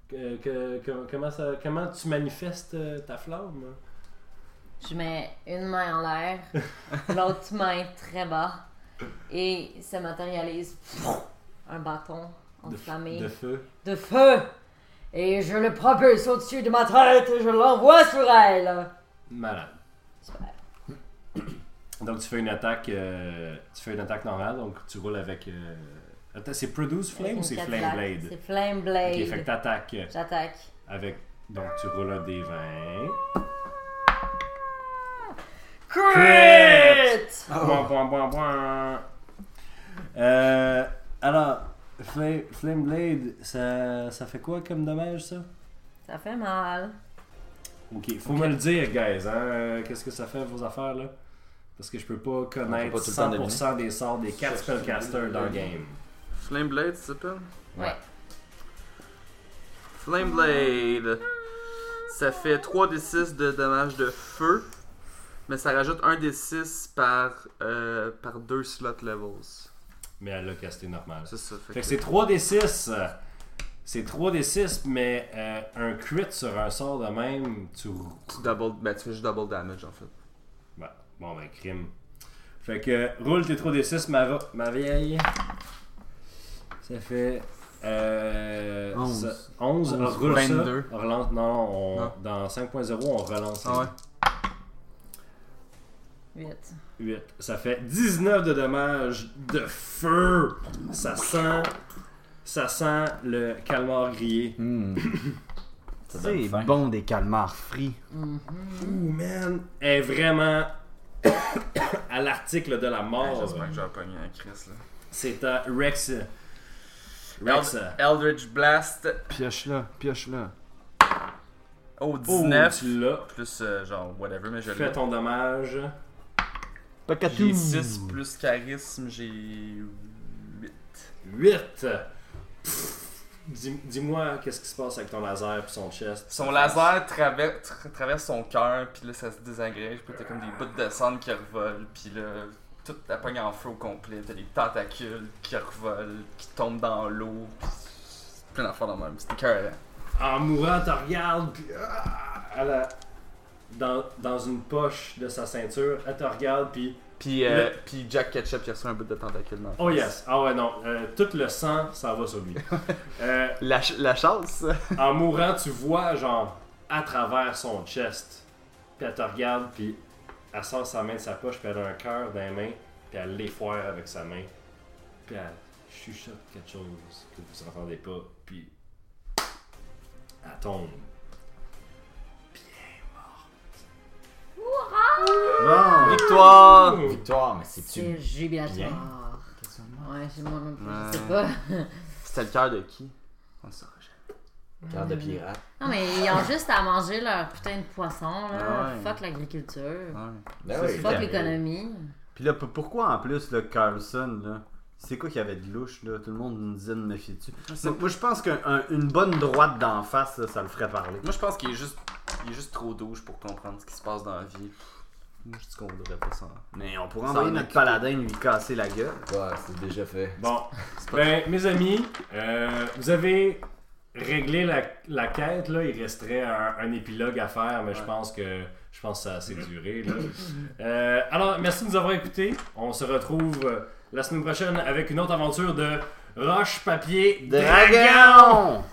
[SPEAKER 2] que- que- que- comment, ça, comment tu manifestes euh, ta flamme?
[SPEAKER 4] Je mets une main en l'air, l'autre main très bas, et ça matérialise un bâton
[SPEAKER 2] De,
[SPEAKER 4] enflammé
[SPEAKER 2] de feu.
[SPEAKER 4] de feu. Et je le propulse au-dessus de ma tête et je l'envoie sur elle.
[SPEAKER 2] Malade.
[SPEAKER 4] Super.
[SPEAKER 2] Donc tu fais une attaque, euh, tu fais une attaque normale, donc tu roules avec. euh, Attends, c'est Produce Flame ou c'est
[SPEAKER 4] Une
[SPEAKER 2] Flame
[SPEAKER 4] Cadillac.
[SPEAKER 2] Blade
[SPEAKER 4] C'est Flame Blade.
[SPEAKER 2] Ok, fait que t'attaques euh,
[SPEAKER 4] J'attaque.
[SPEAKER 2] avec. Donc tu roules un D20.
[SPEAKER 4] Crit!
[SPEAKER 2] Boin, boin, boin, boin. Euh, alors, Flame, Flame Blade, ça, ça fait quoi comme dommage ça
[SPEAKER 4] Ça fait mal.
[SPEAKER 2] Ok, faut me le dire, guys. Hein? euh, Qu'est-ce que ça fait vos affaires là Parce que je peux pas connaître
[SPEAKER 3] pas tout le temps
[SPEAKER 2] 100% des sorts des 4 spellcasters dans le game.
[SPEAKER 6] Flame Blade, ça s'appelle
[SPEAKER 4] Ouais.
[SPEAKER 6] Flame Blade. Ça fait 3 d 6 de dommages de feu. Mais ça rajoute 1 d 6 par, euh, par 2 slot levels.
[SPEAKER 2] Mais elle l'a casté normal.
[SPEAKER 6] C'est ça. Fait
[SPEAKER 2] Fait que
[SPEAKER 6] que-
[SPEAKER 2] c'est 3d6. euh, C'est 3d6, mais euh, un crit sur un sort de même, tu. rou-
[SPEAKER 6] tu, double, ben, tu fais juste double damage en fait.
[SPEAKER 2] Bah, bon, ben, crime. Fait que euh, roule tes 3d6, ma, va- ma vieille. Ça fait. Euh,
[SPEAKER 3] Onze.
[SPEAKER 2] ça- 11. roule
[SPEAKER 6] 22.
[SPEAKER 2] ça. On relance. Non, on-
[SPEAKER 6] Non.
[SPEAKER 2] dans 5.0, on relance.
[SPEAKER 6] Ah ouais.
[SPEAKER 4] 8.
[SPEAKER 2] 8. Ça fait 19 de dommages de feu. Ça sent. Ça sent le calmar grillé.
[SPEAKER 6] Hmm.
[SPEAKER 3] Ça donne
[SPEAKER 9] C'est
[SPEAKER 3] faim.
[SPEAKER 9] bon des calmars frits.
[SPEAKER 2] Ouh, man, est vraiment à l'article de la mort.
[SPEAKER 6] J'espère que j'ai pogné un Chris là.
[SPEAKER 2] C'est à Rex. Rex.
[SPEAKER 6] Eldritch Blast.
[SPEAKER 7] Pioche-là, pioche-là.
[SPEAKER 6] Oh,
[SPEAKER 2] Oh,
[SPEAKER 6] 19.
[SPEAKER 2] tu l'as.
[SPEAKER 6] Plus euh, genre whatever, mais je l'ai.
[SPEAKER 2] Fais ton dommage.
[SPEAKER 6] J'ai 6 plus charisme, j'ai 8.
[SPEAKER 2] 8! Dis-moi qu'est-ce qui se passe avec ton laser et son chest.
[SPEAKER 6] Son laser traverse, tra- traverse son cœur, puis là ça se désagrège, puis t'as comme des bouts de cendre qui revolent, puis là toute la pogne en feu au complet, t'as des tentacules qui revolent, qui tombent dans l'eau, puis c'est plein d'affaires dans le même, c'est écœurant.
[SPEAKER 2] En mourant, tu regardes, puis ah, elle a- dans, dans une poche de sa ceinture, elle te regarde, puis
[SPEAKER 6] Puis, euh,
[SPEAKER 2] Le-
[SPEAKER 6] puis Jack Ketchup, il reçoit un bout de tentacule dans la
[SPEAKER 2] oh
[SPEAKER 6] face.
[SPEAKER 2] yes, ah ouais non, euh, tout le sang, ça va sur lui. Euh,
[SPEAKER 9] La, ch- la chance.
[SPEAKER 2] en mourant, tu vois, genre, à travers son chest. Puis elle te regarde, puis elle sort sa main de sa poche, puis elle a un cœur dans les mains, puis elle l'effoire avec sa main. Puis elle chuchote quelque chose que vous entendez pas, puis elle tombe.
[SPEAKER 9] Victoire.
[SPEAKER 3] Victoire, mais c'est-tu
[SPEAKER 4] C'est jubilatoire. Ouais, j'ai moi non plus, je sais pas.
[SPEAKER 1] C'était le cœur de qui
[SPEAKER 3] cœur de pirate?
[SPEAKER 4] Non, mais ils ont juste à manger leur putain de poisson, là. Fuck l'agriculture.
[SPEAKER 3] Ben oui.
[SPEAKER 4] Fuck l'économie.
[SPEAKER 5] Puis là, p- pourquoi en plus le Carlson, là C'est quoi qu'il y avait de louche, là Tout le monde nous disait de me méfier dessus. Moi, moi, je pense qu'une bonne droite d'en face, là, ça le ferait parler.
[SPEAKER 6] Moi je pense qu'il est juste, il est juste trop douche pour comprendre ce qui se passe dans la vie. Moi je dis qu'on voudrait pas ça.
[SPEAKER 5] Mais on pourrait
[SPEAKER 6] Ça
[SPEAKER 5] envoyer
[SPEAKER 6] en
[SPEAKER 5] notre paladin lui casser la gueule.
[SPEAKER 3] Ouais, c'est déjà fait.
[SPEAKER 2] Bon, ben, mes amis, euh, vous avez réglé la, la quête, là. Il resterait un, un épilogue à faire, mais je pense que je pense que ça a assez duré, là. Euh, alors, merci de nous avoir écoutés. On se retrouve euh, la semaine prochaine avec une autre aventure de Roche, Papier, Dragon!
[SPEAKER 5] Dragon